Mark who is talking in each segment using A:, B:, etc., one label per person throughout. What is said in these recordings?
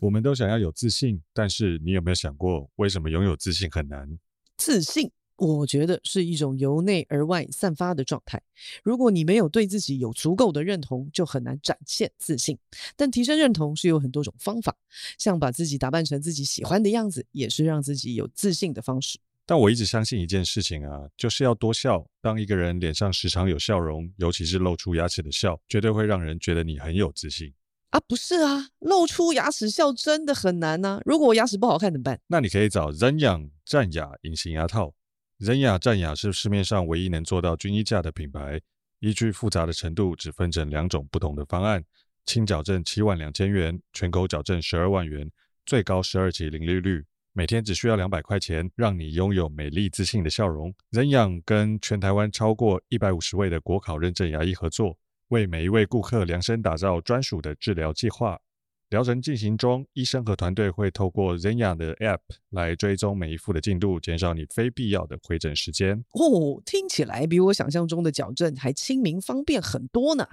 A: 我们都想要有自信，但是你有没有想过，为什么拥有自信很难？
B: 自信，我觉得是一种由内而外散发的状态。如果你没有对自己有足够的认同，就很难展现自信。但提升认同是有很多种方法，像把自己打扮成自己喜欢的样子，也是让自己有自信的方式。
A: 但我一直相信一件事情啊，就是要多笑。当一个人脸上时常有笑容，尤其是露出牙齿的笑，绝对会让人觉得你很有自信。
B: 啊，不是啊，露出牙齿笑真的很难呐、如果我牙齿不好看怎么办？
A: 那你可以找 Zenyang 战雅隐形牙套。Zenyang 战雅是市面上唯一能做到均衣架的品牌，依据复杂的程度只分成两种不同的方案：轻矫正七万两千元，全口矫正十二万元，最高十二期零利率。每天只需要两百块钱，让你拥有美丽自信的笑容。Zenyang 跟全台湾超过一百五十位的国考认证牙医合作，为每一位顾客量身打造专属的治疗计划。疗程进行中，医生和团队会透过 Zenya 的 App 来追踪每一副的进度，减少你非必要的回诊时间。
B: 哦，听起来比我想象中的矫正还亲民方便很多呢，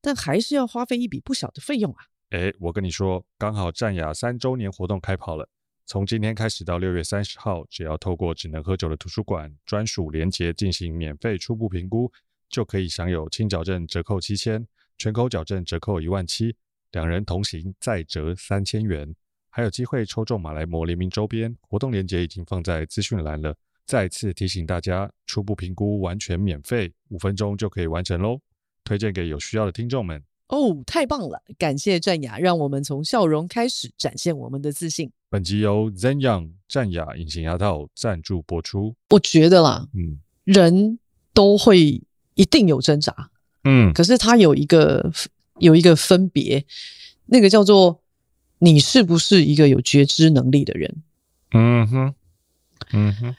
B: 但还是要花费一笔不小的费用啊。
A: 诶，我跟你说，刚好战雅三周年活动开跑了，从今天开始到六月三十号，只要透过只能喝酒的图书馆专属连结进行免费初步评估，就可以享有轻矫正折扣七千，全口矫正折扣一万七，两人同行再折三千元，还有机会抽中马来貘联名周边。活动链接已经放在资讯栏了。再次提醒大家，初步评估完全免费，五分钟就可以完成喽，推荐给有需要的听众们。
B: 哦，太棒了！感谢战雅，让我们从笑容开始展现我们的自信。
A: 本集由 Zenyang 战雅隐形牙套赞助播出。
B: 我觉得啦，
A: 嗯
B: 人都会一定有挣扎，
A: 嗯，
B: 可是它有一个有一个分别，那个叫做你是不是一个有觉知能力的人。
A: 嗯哼，嗯哼，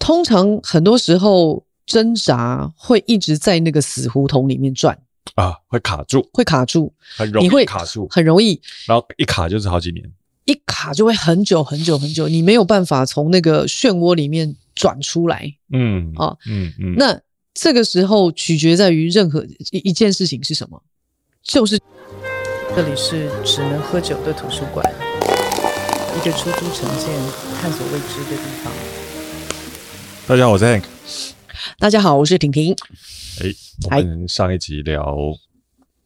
B: 通常很多时候挣扎会一直在那个死胡同里面转，
A: 啊，会卡住，
B: 会卡住，
A: 很容
B: 你
A: 易
B: 会
A: 卡住，
B: 很容易
A: 然后一卡就是好几年。
B: 一卡就会很久很久很久，你没有办法从那个漩涡里面转出来。
A: 嗯
B: 哦，
A: 嗯嗯，
B: 那这个时候取决在于任何一一件事情是什么，就是这里是只能喝酒的图书馆，一个出租城建探索未知的地方。
A: 大家好，我是 Hank。
B: 大家好，我是婷婷。
A: 哎，我
B: 嗨
A: 们上一集聊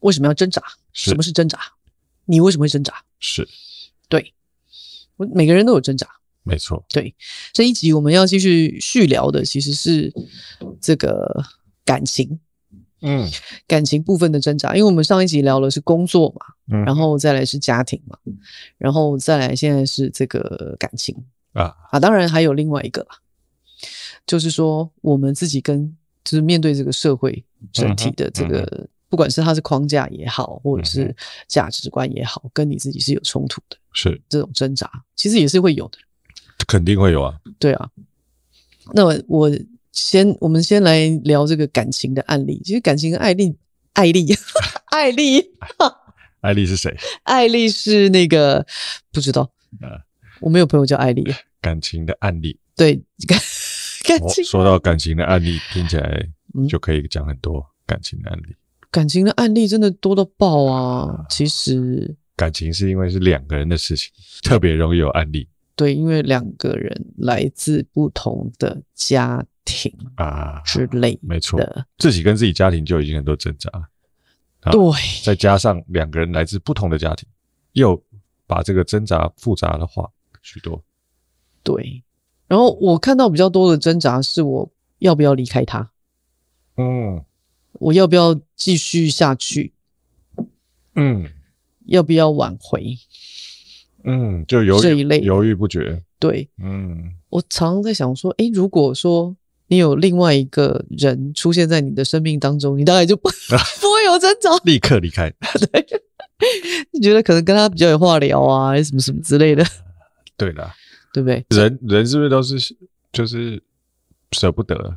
B: 为什么要挣扎？
A: 是
B: 什么是挣扎？你为什么会挣扎？
A: 是
B: 对，我每个人都有挣扎。
A: 没错，
B: 这一集我们要继续续聊的其实是这个感情
A: 嗯
B: 感情部分的挣扎，因为我们上一集聊了是工作嘛，
A: 嗯
B: 然后再来是家庭嘛，然后再来现在是这个感情
A: 啊
B: 啊，当然还有另外一个啦，就是说我们自己跟就是面对这个社会整体的这个，
A: 嗯
B: 不管是它是框架也好，或者
A: 嗯
B: 是价值观也好，跟你自己是有冲突的
A: 是
B: 这种挣扎，其实也是会有的。
A: 肯定会有啊。
B: 对啊，那我我先我们先来聊这个感情的案例。其实感情跟案例，案 例，案例，
A: 艾丽是谁？
B: 案例是那个不知道
A: 呃，
B: 我没有朋友叫案例。
A: 感情的案 例。
B: 对， 感感
A: 哦
B: 情、
A: 说到感情的案例，听起来
B: 嗯
A: 就可以讲很多感情的案例。
B: 感情的案例真的多到爆啊！其实
A: 感情是因为是两个人的事情，特别容易有案例
B: 对，因为两个人来自不同的家庭
A: 啊。
B: 之类
A: 没错，
B: 的，
A: 自己跟自己家庭就已经很多挣扎，啊
B: 对，
A: 再加上两个人来自不同的家庭，又把这个挣扎复杂的化许多。
B: 对。然后我看到比较多的挣扎是我要不要离开他。
A: 嗯
B: 我要不要继续下去？
A: 嗯
B: 要不要挽回？
A: 嗯，就犹
B: 这一类
A: 豫犹豫不决。
B: 对
A: 嗯
B: 我常常在想说，诶，如果说你有另外一个人出现在你的生命当中，你大概就不不会有挣扎，
A: 立刻离开。
B: 你觉得可能跟他比较有话聊啊，还是什么什么之类的，
A: 对啦，
B: 对不对？
A: 人人是不是都是就是舍不得，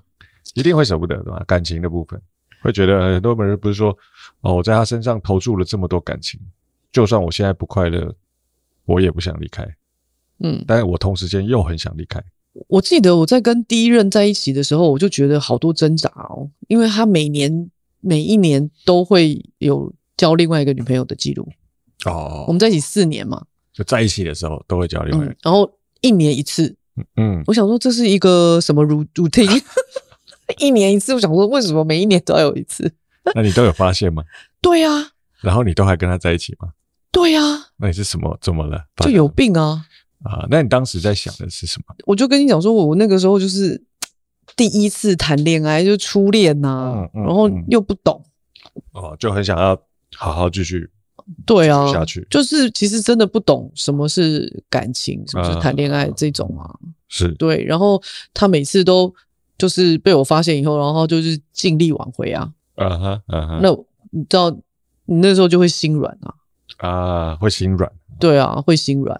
A: 一定会舍不得的嘛？感情的部分会觉得很多人不是说哦，我在他身上投注了这么多感情，就算我现在不快乐，我也不想离开，
B: 嗯，
A: 但是我同时间又很想离开。
B: 我记得我在跟第一任在一起的时候，我就觉得好多挣扎哦，因为他每年每一年都会有交另外一个女朋友的记录。
A: 哦
B: 我们在一起四年嘛，
A: 就在一起的时候都会交流、
B: 嗯，然后一年一次，
A: 嗯，
B: 我想说这是一个什么 ru- routine，一年一次，我想说为什么每一年都要有一次？
A: 那你都有发现吗？
B: 对呀、啊，
A: 然后你都还跟他在一起吗？
B: 对呀、啊，
A: 那你是什么？怎么了？
B: 就有病啊！
A: 啊、那你当时在想的是什么？
B: 我就跟你讲说，我那个时候就是第一次谈恋爱，就是初恋呐、
A: 嗯嗯
B: 然后
A: 嗯
B: 又不懂，
A: 哦，就很想要好好继续
B: 对啊，
A: 下去
B: 就是其实真的不懂什么是感情，什么
A: 嗯
B: 是谈恋爱这种啊，
A: 是
B: 对。然后他每次都就是被我发现以后，然后就是尽力挽回啊。
A: 啊哈啊哈，
B: 那你知道，你那时候就会心软啊，
A: 啊会心软
B: 对啊，会心软，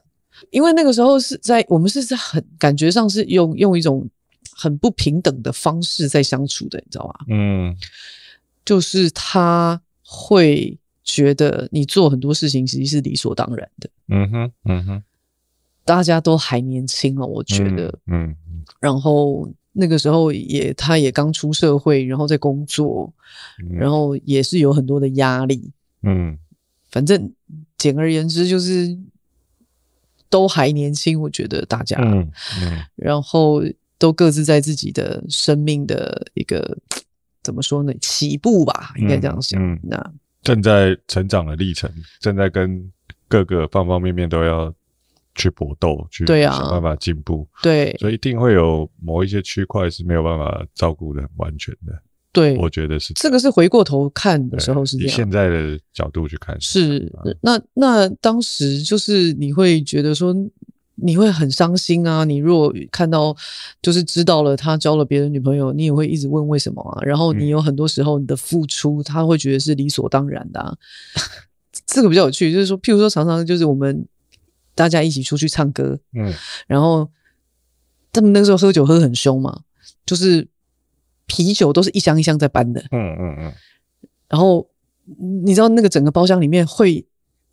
B: 因为那个时候是在我们是在很感觉上是用用一种很不平等的方式在相处的，你知道吗？
A: 嗯
B: 就是他会觉得你做很多事情其实是理所当然的。
A: 嗯哼嗯哼，
B: 大家都还年轻哦，我觉得。
A: 嗯嗯
B: 然后那个时候也，他也刚出社会，然后在工作，
A: 嗯
B: 然后也是有很多的压力。
A: 嗯
B: 反正简而言之，就是都还年轻，我觉得大家，
A: 嗯嗯
B: 然后都各自在自己的生命的一个怎么说呢，起步吧，应该这样
A: 嗯
B: 想。
A: 嗯
B: 那
A: 正在成长的历程，正在跟各个方方面面都要去搏斗，去
B: 对啊
A: 想办法进步，
B: 对
A: 所以一定会有某一些区块是没有办法照顾的很完全的，
B: 对，
A: 我觉得是
B: 这个是回过头看的
A: 对
B: 时候是这
A: 以
B: 样
A: 现。在的角度去看
B: 是
A: 吧，
B: 那那当时就是你会觉得说，你会很伤心啊。你如果看到，就是知道了他交了别的女朋友，你也会一直问为什么啊。然后
A: 嗯
B: 你有很多时候你的付出，他会觉得是理所当然的、啊。这个比较有趣，就是说，譬如说，常常就是我们大家一起出去唱歌，
A: 嗯
B: 然后他们那时候喝酒喝很凶嘛，就是啤酒都是一箱一箱在搬的。
A: 嗯嗯嗯，
B: 然后嗯你知道那个整个包厢里面会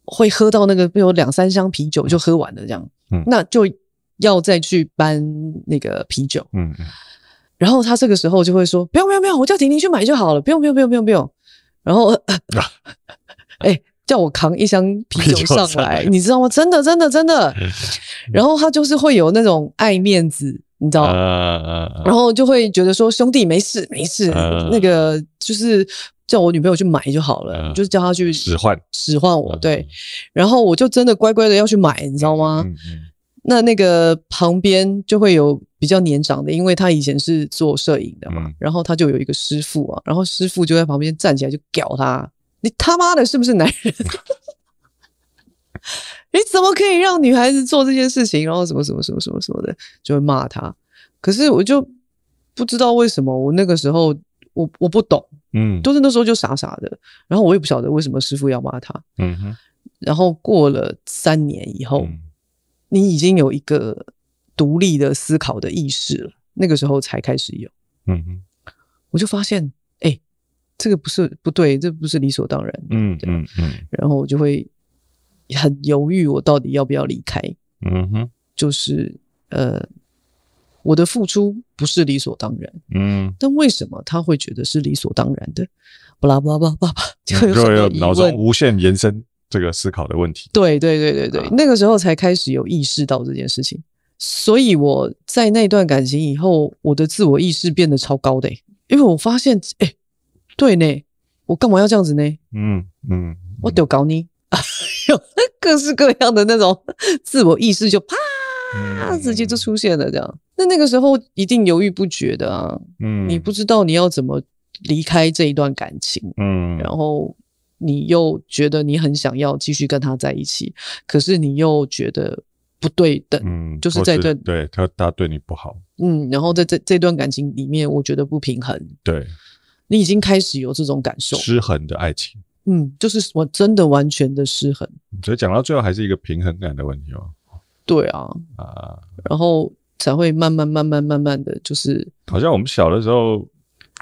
B: 会喝到那个有两三箱啤酒就喝完了这样，
A: 嗯
B: 那就要再去搬那个啤酒，
A: 嗯嗯
B: 然后他这个时候就会说不用不用不用，我叫婷婷去买就好了，不用不用不用不用不用，然后 呃哎、叫我扛一箱啤酒
A: 啤酒
B: 上
A: 上
B: 来
A: 来，
B: 你知道吗？真的真的 真的，然后他就是会有那种爱面子，你知道。
A: 啊
B: 吗？
A: 啊啊
B: 然后就会觉得说兄弟没事没事，
A: 嗯
B: 那个就是叫我女朋友去买就好了，
A: 嗯
B: 就是叫她去
A: 使唤
B: 使唤我，对
A: 嗯。
B: 然后我就真的乖乖的要去买，你知道吗？
A: 嗯嗯
B: 那那个旁边就会有比较年长的，因为他以前是做摄影的嘛，
A: 嗯
B: 然后他就有一个师傅啊，然后师傅就在旁边站起来就屌他，你他妈的是不是男人？ 你怎么可以让女孩子做这件事情？然后什么什么什么什么什么的，就会骂他。可是我就不知道为什么，我那个时候我我不懂，
A: 嗯
B: 就是那时候就傻傻的，然后我也不晓得为什么师傅要骂他。
A: 嗯哼
B: 然后过了三年以后，
A: 嗯
B: 你已经有一个独立的思考的意识了，那个时候才开始有，
A: 嗯哼
B: 我就发现，哎、这个不是不对，这不是理所当然的。
A: 嗯
B: 对
A: 嗯嗯
B: 然后我就会很犹豫，我到底要不要离开？
A: 嗯哼
B: 就是呃，我的付出不是理所当然，
A: 嗯，
B: 但为什么他会觉得是理所当然的？巴拉巴拉巴拉巴拉，就有
A: 就
B: 很
A: 有
B: 多疑
A: 脑中
B: 问。
A: 无限延伸这个思考的问题。
B: 对对对对对，
A: 啊
B: 那个时候才开始有意识到这件事情，所以我在那段感情以后，我的自我意识变得超高的欸、因为我发现，哎、对呢，我干嘛要这样子呢？
A: 嗯嗯，
B: 我
A: 嗯
B: 丢搞你，有各式各样的那种自我意识就啪，
A: 嗯
B: 直接就出现了这样。那那个时候一定犹豫不决的啊，
A: 嗯
B: 你不知道你要怎么离开这一段感情，
A: 嗯
B: 然后你又觉得你很想要继续跟他在一起，可是你又觉得不对等，
A: 嗯，
B: 就是
A: 或
B: 在这
A: 对他他对你不好，
B: 嗯然后在这这段感情里面，我觉得不平衡，
A: 对
B: 你已经开始有这种感受，
A: 失衡的爱情，
B: 嗯，就是我真的完全的失衡，
A: 所以讲到最后还是一个平衡感的问题哦。
B: 对啊，
A: 啊，
B: 然后才会慢慢慢慢慢慢的就是，
A: 好像我们小的时候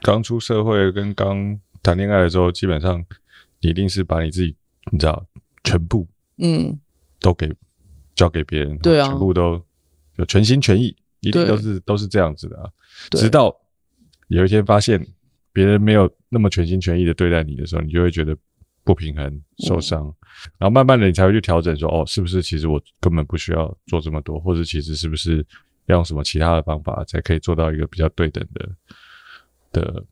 A: 刚出社会跟刚谈恋爱的时候，基本上你一定是把你自己，你知道，全部
B: 嗯，
A: 都给交给别人，
B: 对啊
A: 全部都就全心全意，一定
B: 对
A: 都是都是这样子的啊。
B: 对
A: 直到有一天发现别人没有那么全心全意的对待你的时候，你就会觉得不平衡、受伤，
B: 嗯
A: 然后慢慢的你才会去调整说，哦，是不是其实我根本不需要做这么多，或者其实是不是要用什么其他的方法才可以做到一个比较对等的的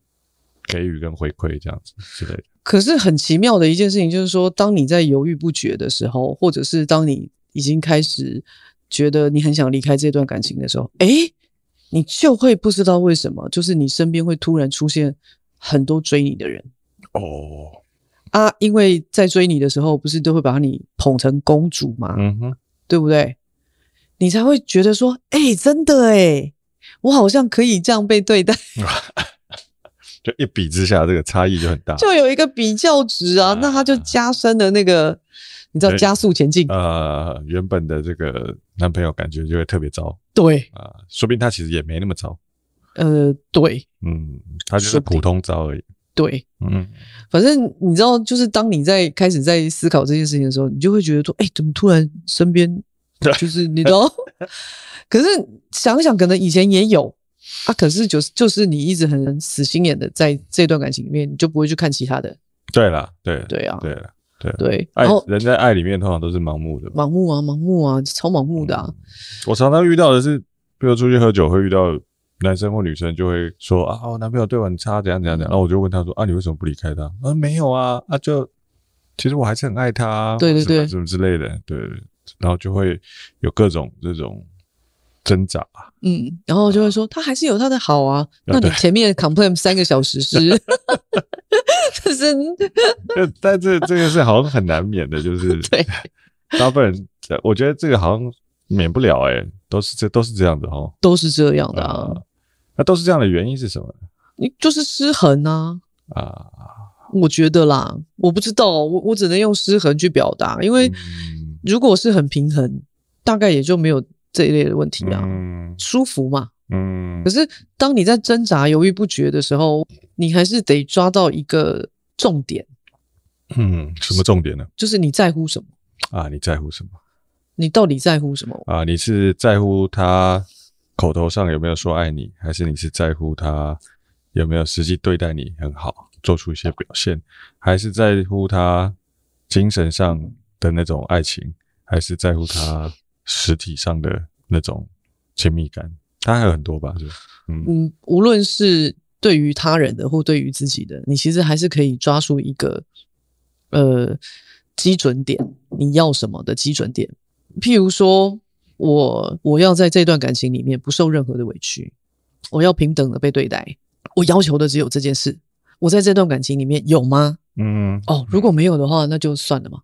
A: 给予跟回馈这样子之类的。
B: 可是很奇妙的一件事情就是说，当你在犹豫不决的时候，或者是当你已经开始觉得你很想离开这段感情的时候，诶，你就会不知道为什么，就是你身边会突然出现很多追你的人
A: 哦，
B: 啊，因为在追你的时候，不是都会把你捧成公主嘛，
A: 嗯哼，
B: 对不对？你才会觉得说，诶，真的诶，我好像可以这样被对待，
A: 就一比之下，这个差异就很大。
B: 就有一个比较值啊，那他就
A: 啊
B: 加深了那个，你知道
A: 对
B: 加速前进，
A: 呃，原本的这个男朋友感觉就会特别糟
B: 对。
A: 啊、说不定他其实也没那么糟，
B: 呃，对
A: 嗯，他就
B: 说
A: 是
B: 不定
A: 普通糟而已，
B: 对，
A: 嗯，
B: 反正你知道，就是当你在开始在思考这件事情的时候，你就会觉得说，哎、怎么突然身边就是你知道？ 可是想想，可能以前也有啊，可是就是就是你一直很死心眼的在这段感情里面，你就不会去看其他的，
A: 对了，对
B: 对啊，
A: 对了，
B: 对，
A: 爱
B: 哎然后
A: 人在爱里面通常都是盲目的吧，嗯
B: 盲目啊，盲目啊，超盲目的啊，
A: 我常常遇到的是，比如出去喝酒会遇到男生或女生就会说啊，我男朋友对我很差，怎样怎样怎
B: 嗯
A: 样。然后我就问他说啊，你为什么不离开他？啊，没有啊，啊就其实我还是很爱他啊，
B: 对对
A: 什么
B: 对
A: 什么之类的，对。然后就会有各种这种挣扎，
B: 嗯，然后就会说他还是有他的好啊，那你
A: 对
B: 前面 complain 三个小 时是，就是
A: 但呃但这这个是好像很难免的，就是
B: 对
A: 大部分人，呃我觉得这个好像免不了哎、都是这都是这样的哦。
B: 都是这样的啊
A: 啊，，那都是这样的原因是什么
B: 你就是失衡啊。
A: 啊？
B: 我觉得啦，我不知道，我我只能用失衡去表达，因为
A: 嗯
B: 如果是很平衡，大概也就没有这一类的问题啊，
A: 嗯
B: 舒服嘛。
A: 嗯
B: 可，是当你在挣扎、犹豫不决的时候，你还是得抓到一个重点，
A: 嗯，什么重点呢？
B: 就是你在乎什么，
A: 啊，你在乎什么？
B: 你到底在乎什么？
A: 啊，你是在乎他口头上有没有说爱你，还是你是在乎他有没有实际对待你很好，做出一些表现，还是在乎他精神上的那种爱情，还是在乎他实体上的那种亲密感？他还有很多吧，是吧？嗯
B: 嗯，无论是对于他人的或对于自己的，你其实还是可以抓住一个呃基准点，你要什么的基准点。譬如说，我我要在这段感情里面不受任何的委屈，我要平等的被对待，我要求的只有这件事。我在这段感情里面有吗？
A: 嗯
B: 哦，如果没有的话，那就算了嘛。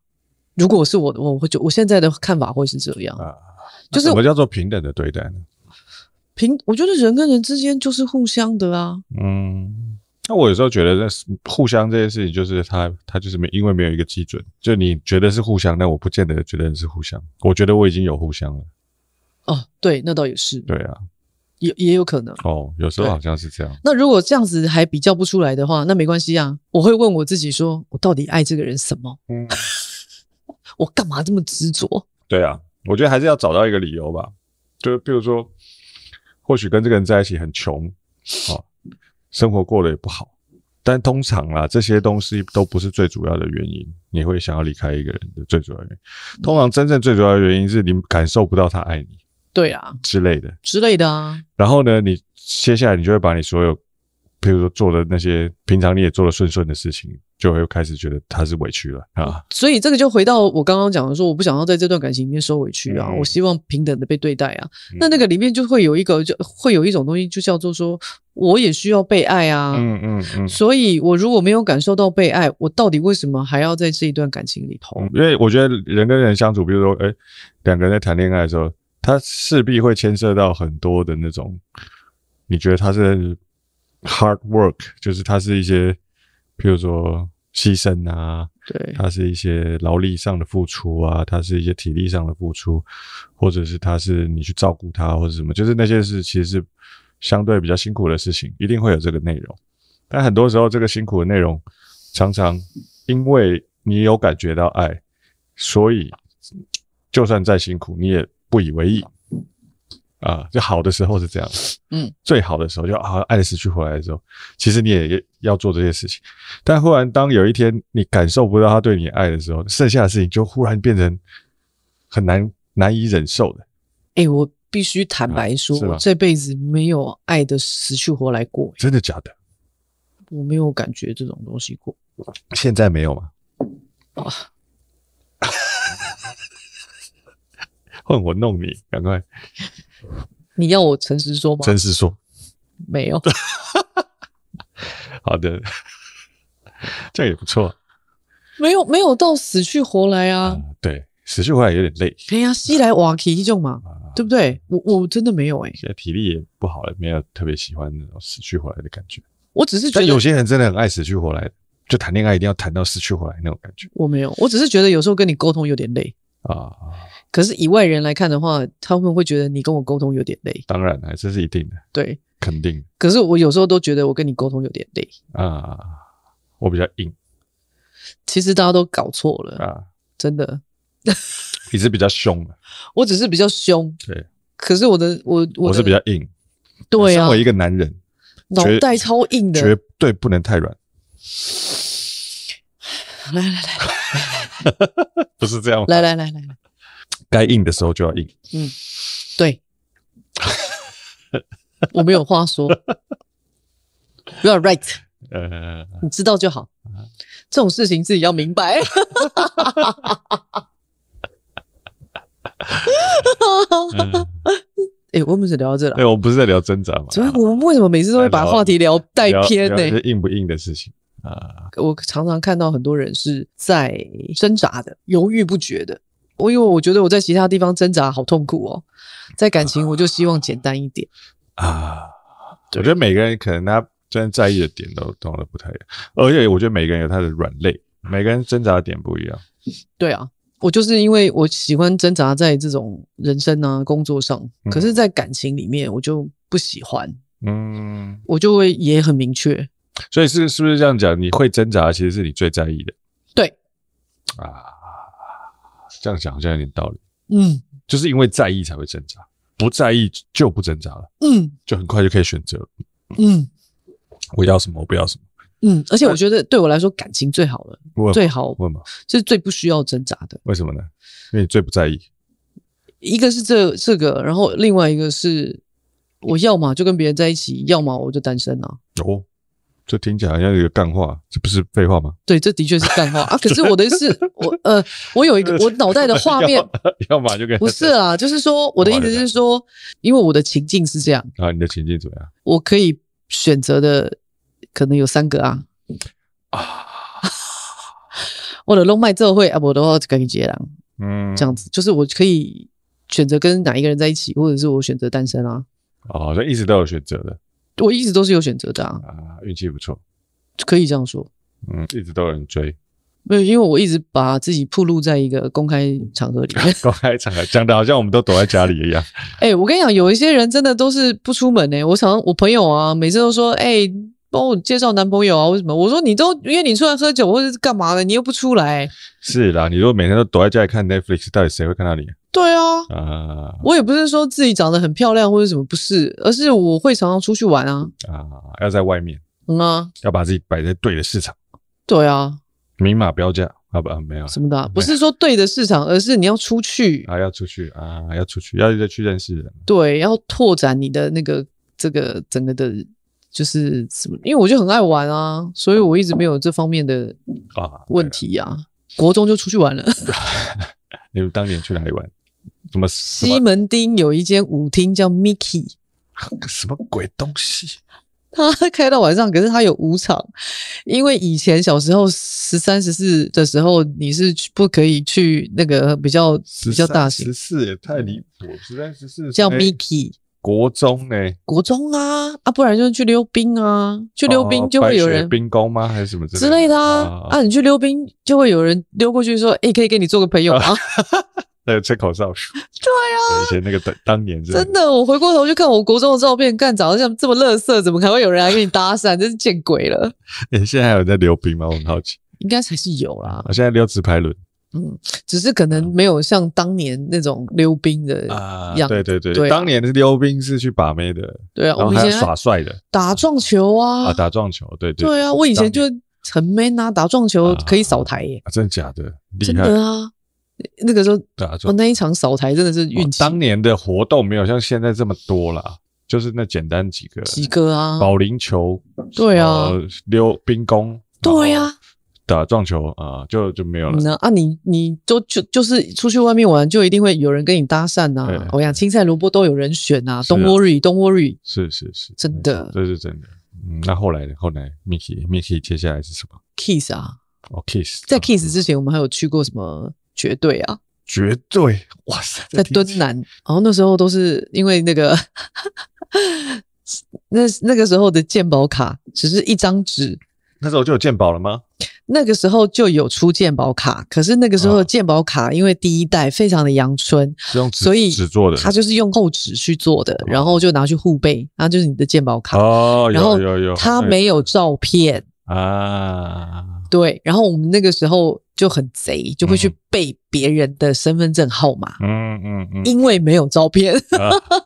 B: 如果是我，我会就我现在的看法会是这样。
A: 啊，那
B: 就是
A: 什么叫做平等的对待呢？
B: 平，我觉得人跟人之间就是互相的啊。
A: 嗯，那我有时候觉得这是互相这件事情，就是他他就是没因为没有一个基准，就你觉得是互相，但我不见得觉得是互相。我觉得我已经有互相了，
B: 哦，对，那倒也是，
A: 对啊，
B: 也也有可能。
A: 哦，有时候
B: 对
A: 好像是这样，
B: 那如果这样子还比较不出来的话，那没关系啊。我会问我自己说，我到底爱这个人什么？
A: 嗯，
B: 我干嘛这么执着？
A: 对啊，我觉得还是要找到一个理由吧，就比如说，或许跟这个人在一起很穷，哦，生活过得也不好，但通常啦，这些东西都不是最主要的原因，你会想要离开一个人的最主要原因，通常真正最主要的原因是你感受不到他爱你
B: 对啊，
A: 之类的。
B: 之类的啊。
A: 然后呢，你接下来你就会把你所有，比如说做的那些平常你也做的顺顺的事情，就会开始觉得他是委屈了啊。
B: 所以这个就回到我刚刚讲的说，我不想要在这段感情里面受委屈啊，
A: 嗯
B: 我希望平等的被对待啊。那那个里面就会有一个，就会有一种东西，就叫做说，我也需要被爱啊。
A: 嗯嗯嗯
B: 所以，我如果没有感受到被爱，我到底为什么还要在这一段感情里头？
A: 嗯，因为我觉得人跟人相处，比如说，哎，两个人在谈恋爱的时候，他势必会牵涉到很多的那种，你觉得他是 hard work，就是他是一些，譬如说牺牲啊，
B: 对，
A: 它是一些劳力上的付出啊，它是一些体力上的付出，或者是它是你去照顾它或者什么，就是那些是其实是相对比较辛苦的事情，一定会有这个内容。但很多时候，这个辛苦的内容常常因为你有感觉到爱，所以就算再辛苦，你也不以为意。啊，就好的时候是这样，
B: 嗯，
A: 最好的时候就啊，爱的死去活来的时候，其实你也要做这些事情，但忽然当有一天你感受不到他对你爱的时候，剩下的事情就忽然变成很难难以忍受的，
B: 哎、我必须坦白说，
A: 啊是吗
B: 我这辈子没有爱的死去活来过，
A: 真的假的？
B: 我没有感觉这种东西过。
A: 现在没有吗？
B: 啊，
A: 换我弄你，赶快
B: 你要我诚实说吗？
A: 真实说。
B: 没有。
A: 好的， 这样也不错
B: 没有没有到死去活来
A: 啊、
B: 啊！
A: 对，死去活来有点累
B: 哎呀，西来瓦奇这种嘛，
A: 啊，
B: 对不对？我我真的没有哎、
A: 现在体力也不好了，没有特别喜欢那种死去活来的感觉。
B: 我只是觉
A: 但有
B: 得
A: 些人真的很爱死去活来，就谈恋爱一定要谈到死去活来那种感觉
B: 我没有，我只是觉得有时候跟你沟通有点累。
A: 啊。
B: 可是以外人来看的话，他们会觉得你跟我沟通有点累，
A: 当然了，这是一定的，
B: 对。
A: 肯定的
B: 可是我有时候都觉得我跟你沟通有点累，
A: 啊。我比较硬
B: 其实大家都搞错了，
A: 啊，
B: 真的。
A: 你是比较凶的，
B: 我只是比较凶，
A: 对，
B: 可是我的我我
A: 我
B: 的
A: 是比较硬。
B: 对啊
A: 身，为一个男人，
B: 脑
A: 绝
B: 袋超硬的。
A: 绝对不能太软，
B: 来来来
A: 不是这样吗？
B: 来来来来来，
A: 该硬的时候就要硬。
B: 对，我没有话说。You are right。
A: 呃，
B: 你知道就好。这种事情自己要明 白。
A: 嗯
B: 哎、我们只聊到这了。
A: 对，我们不是在聊挣扎嘛？
B: 所以 我们为什么每次都会把话题聊带偏欸呢、
A: 聊聊硬不硬的事情啊，
B: 我常常看到很多人是在挣扎的、犹豫不决的。我因为我觉得我在其他地方挣扎好痛苦哦，在感情我就希望简单一点。
A: 啊，我觉得每个人可能他真的在意的点都都不太一样，而且我觉得每个人有他的软肋，每个人挣扎的点不一样。
B: 对啊，我就是因为我喜欢挣扎在这种人生啊、工作上，
A: 嗯
B: 可是，在感情里面我就不喜欢，
A: 嗯，
B: 我就会也很明确，
A: 所以是是不是这样讲？你会挣扎，其实是你最在意的。
B: 对
A: 啊，这样讲好像有点道理，
B: 嗯
A: 就是因为在意才会挣扎，不在意就不挣扎了，
B: 嗯
A: 就很快就可以选择
B: 嗯
A: 我要什么，我不要什么。
B: 嗯，而且我觉得对我来说，感情最好了，
A: 问
B: 最好
A: 问嘛，
B: 是最不需要挣扎的。
A: 为什么呢？因为你最不在意。
B: 一个是这这个，然后另外一个是，
A: 嗯
B: 我要么就跟别人在一起，要么我就单身啊。
A: 哦，这听起来好像有一个干话，这不是废话吗？
B: 对，这的确是干话 啊。可是我的是，我呃，我有一个我脑袋的画面
A: 要，要么就跟
B: 不是啦，就是说我的意思是说，因为我的情境是这样，
A: 啊，你的情境怎么样
B: 我可以选择的可能有三个啊。
A: 啊？
B: 我的龙脉这会啊，我都要跟你结郎，
A: 嗯，
B: 这样子就是我可以选择跟哪一个人在一起，或者是我选择单身啊。
A: 哦，好像一直都有选择的
B: 我一直都是有选择的啊，
A: 啊，运气不错，
B: 可以这样说。
A: 嗯，一直都有人追，
B: 没有，因为我一直把自己暴露在一个公开场合里 面
A: 。公开场合讲的好像我们都躲在家里一样，
B: 哎、我跟你讲，有一些人真的都是不出门呢、我常我朋友啊，每次都说，哎、帮我介绍男朋友啊，为什么？我说你都约你出来喝酒或者是干嘛的，你又不出来。
A: 是啦，你如果每天都躲在家里看 Netflix，到底谁会看到你
B: 对啊，
A: 啊
B: 我也不是说自己长得很漂亮或者什么，不是，而是我会常常出去玩啊，
A: 啊？要在外面，
B: 嗯啊，
A: 要把自己摆在对的市场，
B: 对啊，
A: 明码标价啊不啊没有
B: 什么的啊、不是说对的市场，而是你要出去，
A: 啊，要出去啊，要出去，要去认识人
B: 对，要拓展你的那个这个整个的，就是什么？因为我就很爱玩啊，所以我一直没有这方面的
A: 啊。
B: 问题啊。国中就出去 玩了，
A: 你们当年去哪里玩？什么什么
B: 西门町有一间舞厅叫 Mickey，
A: 什么鬼东西？
B: 它 开到晚上，可是它有舞场，因为以前小时候十三十四的时候，你是去不可以去那个比较比较大型
A: 十，哎四也太离谱，十三十四
B: 叫
A: 才
B: Mickey
A: 国中哎呢、
B: 国中啊啊，不然就是去溜冰啊，去溜冰
A: 哦
B: 就会有
A: 白雪
B: 人
A: 冰宫吗？还是什么之
B: 之类的啊
A: 啊
B: 啊，你去溜冰就会有人溜过去说，哎、可以跟你做个 朋友啊吗？
A: 那个吹口哨， 对啊，以前那个当当年
B: 真的，我回过头去看我国中的照片，干长得像这么乐色，怎么还会有人来跟你搭讪？真是见鬼了！
A: 你、诶现在还有人在溜冰吗？我很好奇，
B: 应该还是有啦
A: 我，现在溜直排轮
B: 嗯，只是可能没有像当年那种溜冰的
A: 啊
B: 样，
A: 对对对，
B: 对啊
A: 当年的溜冰是去把妹的，
B: 对啊，
A: 然
B: 我
A: 后
B: 们
A: 还有
B: 以前
A: 耍帅的
B: 打撞球啊，
A: 啊，打撞球，对对
B: 对啊，我以前就很 man 啊，打撞球可以扫台耶，
A: 啊真的假的，厉
B: 真
A: 害，
B: 的啊。那个时候
A: 打
B: 我
A: 撞。
B: 那一场扫台真的是运
A: 哦
B: 气，
A: 当年的活动没有像现在这么多啦，就是那简单几个，
B: 几个啊，
A: 保龄球，
B: 对啊
A: 呃，哦溜冰弓，
B: 对
A: 然
B: 啊呀、
A: 后打撞球啊、就就没有了。
B: 嗯啊，啊你你都就就是出去外面玩，就一定会有人跟你搭讪呐、
A: 对
B: 啊。我想青菜萝卜都有人选呐、啊
A: 是啊
B: ，Don't worry，Don't worry。
A: 是是是，
B: 真
A: 没错
B: 的
A: 这是真的。嗯，那后来呢？后来 Miki Miki 接下来是什么？
B: Kiss 啊，
A: 哦，Kiss，
B: 在
A: 啊
B: Kiss 之前，我们还有去过什么绝对啊，
A: 绝对，哇塞，这
B: 在
A: 听
B: 敦
A: 起
B: 南。然后那时候都是因为那个那那个时候的健保卡只是一张纸，
A: 那时候就有鉴宝了吗？
B: 那个时候就有出健保卡，可是那个时候
A: 啊
B: 的健保卡因为第一代非常的阳春，
A: 是用纸
B: 所以
A: 纸做的，
B: 它就是用厚纸去做的，然后就拿去护背，然后就是你的健保卡。
A: 哦，
B: 然后
A: 有有有，
B: 它
A: 那
B: 没有照片，
A: 啊，
B: 对。然后我们那个时候就很贼，就会去
A: 嗯
B: 背别人的身份证号码，
A: 嗯嗯嗯，
B: 因为没有照片，
A: 啊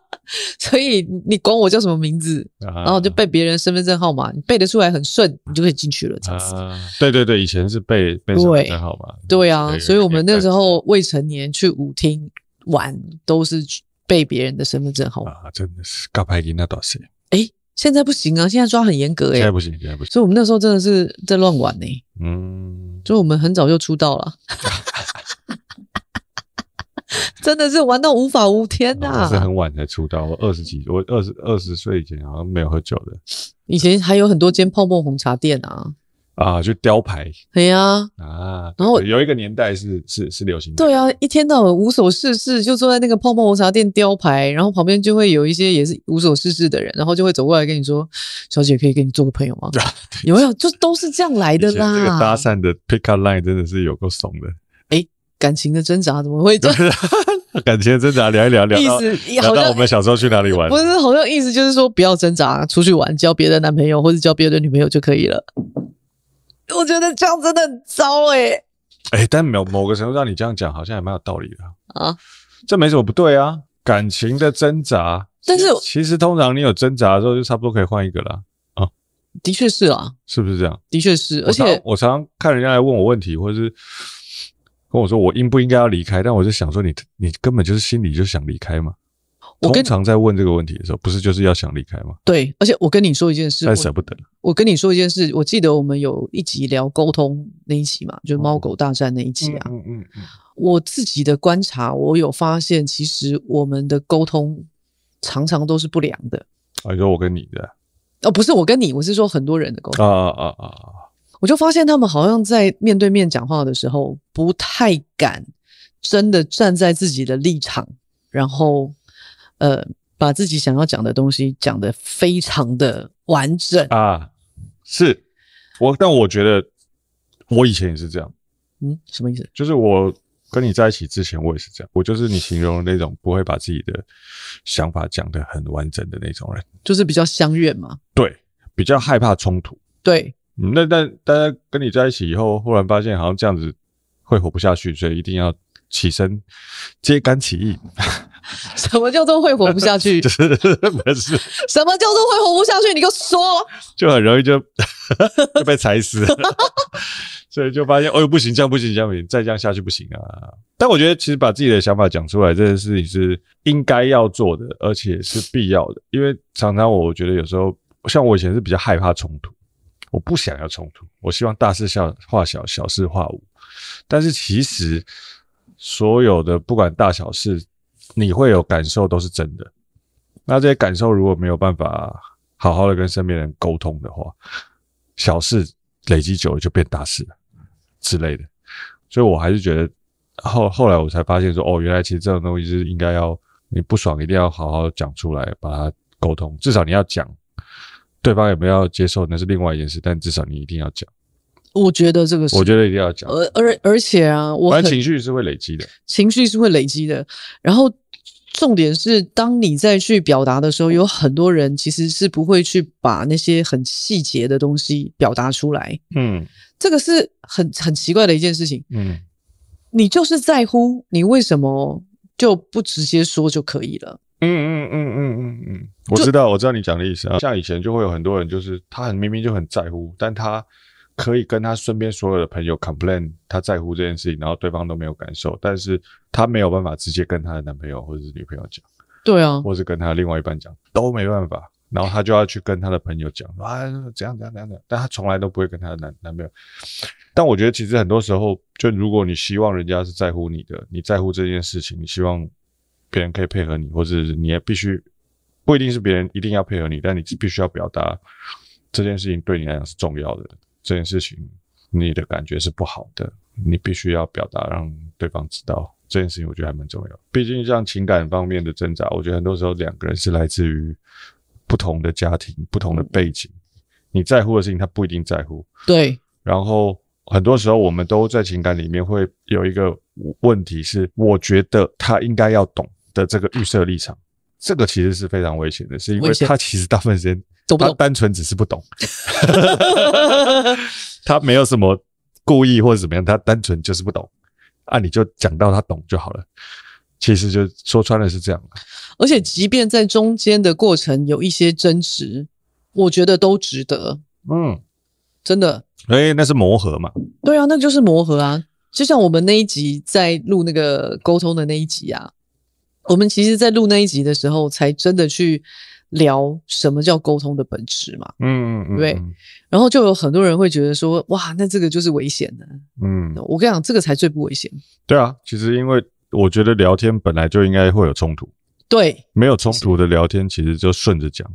B: 所以你管我叫什么名字，
A: 然
B: 然后就背别人身份证号码，你背得出来很顺，你就可以进去了，这样子。
A: 啊，对对对，以前是背背什么
B: 对
A: 才好嘛？
B: 对啊，
A: 有
B: 所以
A: 有
B: 我们
A: 点
B: 那时
A: 感觉
B: 候未成年去舞厅玩都是去背别人的身份证号码。
A: 啊，真的是告白给那多谁？
B: 诶，现在不行啊，现在抓很严格诶。
A: 现在不行，现在不行，
B: 所以我们那时候真的是在乱玩欸呢、
A: 嗯，
B: 就我们很早就出道了， 真的是玩到无法无天啊呐、
A: 我哦是很啊晚才出道，我二十几，我二十二十岁以前好像没有喝酒的
B: 以前还有很多间泡沫红茶店啊，
A: 啊，就雕牌
B: 哎呀、
A: 啊，
B: 然后
A: 对有一个年代是是是流行的，
B: 对啊，一天到晚无所事事，就坐在那个泡沫红茶店雕牌，然后旁边就会有一些也是无所事事的人，然后就会走过来跟你说：“小姐，可以跟你做个朋友 吗？”有没有？就都是这样来
A: 以前
B: 的啦。
A: 这个搭讪的 pick up line 真的是有够怂的，
B: 感情的挣扎怎么会这
A: 对啊感情真的聊一聊聊
B: 意
A: 到
B: 思？
A: 聊
B: 好
A: 到
B: 像
A: 我们小时候去哪里玩
B: 不，是，好像意思就是说不要挣扎，出去玩，交别的男朋友或者交别的女朋友就可以了。我觉得这样真的很糟哎、
A: 哎，但某某个程度上你这样讲好像也蛮有道理的啊
B: 啊！
A: 这没什么不对啊，感情的挣扎。
B: 但是
A: 其其实通常你有挣扎的时候，就差不多可以换一个啦，
B: 的确是啦，
A: 是不是这样？
B: 的确是，
A: 我
B: 而
A: 常
B: 且
A: 我常常看人家来问我问题，或者是跟我说我应不应该要离开，但我就想说你你根本就是心里就想离开嘛。
B: 我
A: 通
B: 跟
A: 常在问这个问题的时候，不是就是要想离开吗？
B: 对，而且我跟你说一件事，
A: 但舍
B: 我
A: 不得
B: 我跟你说一件事，我记得我们有一集聊沟通那一期嘛，就是猫狗大战那一期啊。
A: 嗯嗯嗯，
B: 我自己的观察，我有发现，其实我们的沟通常常都是不良的。
A: 啊，你说我跟你的
B: 哦，不是我跟你，我是说很多人的沟通。
A: 啊啊啊啊，
B: 我就发现他们好像在面对面讲话的时候，不太敢真的站在自己的立场，然后呃，把自己想要讲的东西讲得非常的完整。
A: 啊，是我，但我觉得我以前也是这样，
B: 嗯，什么意思？
A: 就是我跟你在一起之前，我也是这样，我就是你形容的那种不会把自己的想法讲得很完整的那种人，
B: 就是比较相怨嘛。
A: 对，比较害怕冲突。
B: 对，
A: 嗯那但大家跟你在一起以后，忽然发现好像这样子会活不下去，所以一定要起身揭竿起义，
B: 什么叫做会活不下去
A: 就？是不是
B: 什么叫做会活不下去？你给我说。
A: 就很容易就 就被踩死了， 所以就发现哦不行，这样不行，这样不行，再这样下去不行啊。但我觉得其实把自己的想法讲出来这件事情是应该要做的，而且是必要的，因为常常我觉得有时候像我以前是比较害怕冲突，我不想要冲突，我希望大事小化小，小事化无。但是其实所有的不管大小事，你会有感受都是真的。那这些感受如果没有办法好好的跟身边人沟通的话，小事累积久了就变大事了之类的。所以我还是觉得后后来我才发现说，哦，原来其实这种东西是应该要你不爽一定要好好讲出来，把它沟通，至少你要讲。对方有没有要接受那是另外一件事，但至少你一定要讲，
B: 我觉得这个是，
A: 我觉得一定要讲。
B: 而而而且啊，我
A: 反
B: 很
A: 正情绪是会累积的。
B: 情绪是会累积的。然后重点是，当你再去表达的时候，有很多人其实是不会去把那些很细节的东西表达出来，
A: 嗯
B: 这个是很很奇怪的一件事情。
A: 嗯，
B: 你就是在乎，你为什么就不直接说就可以了？
A: 嗯嗯嗯嗯嗯嗯，我知道，我知道你讲的意思啊。像以前就会有很多人，就是他很明明就很在乎，但他可以跟他身边所有的朋友 complain 他在乎这件事情，然后对方都没有感受，但是他没有办法直接跟他的男朋友或者是女朋友讲，
B: 对啊，
A: 或是跟他另外一半讲，都没办法。然后他就要去跟他的朋友讲啊，怎样怎样怎样怎样，但他从来都不会跟他的男男朋友。但我觉得其实很多时候，就如果你希望人家是在乎你的，你在乎这件事情，你希望别人可以配合你，或者是你也必须不一定是别人一定要配合你，但你必须要表达这件事情对你来讲是重要的，这件事情你的感觉是不好的，你必须要表达让对方知道。这件事情我觉得还蛮重要，毕竟像情感方面的挣扎，我觉得很多时候两个人是来自于不同的家庭、不同的背景，你在乎的事情他不一定在乎。
B: 对，
A: 然后很多时候我们都在情感里面会有一个问题是，我觉得他应该要懂的这个预设立场，这个其实是非常危险的，是因为
B: 危险
A: 他其实大部分时间
B: 懂不
A: 他
B: 懂？
A: 单纯只是不懂， 他没有什么故意或者怎么样，他单纯就是不懂，啊，你就讲到他懂就好了。其实就说穿了是这样，
B: 而且即便在中间的过程有一些争执，我觉得都值得，
A: 嗯，
B: 真的。
A: 哎、那是磨合嘛，
B: 对啊，那就是磨合啊。就像我们那一集在录那个沟通的那一集啊，我们其实，在录那一集的时候，才真的去聊什么叫沟通的本质嘛。
A: 嗯嗯
B: 对然后就有很多人会觉得说，哇，那这个就是危险的。
A: 嗯，
B: 我跟你讲，这个才最不危险。
A: 对啊，其实因为我觉得聊天本来就应该会有冲突，
B: 对，
A: 没有冲突的聊天，其实就顺着讲，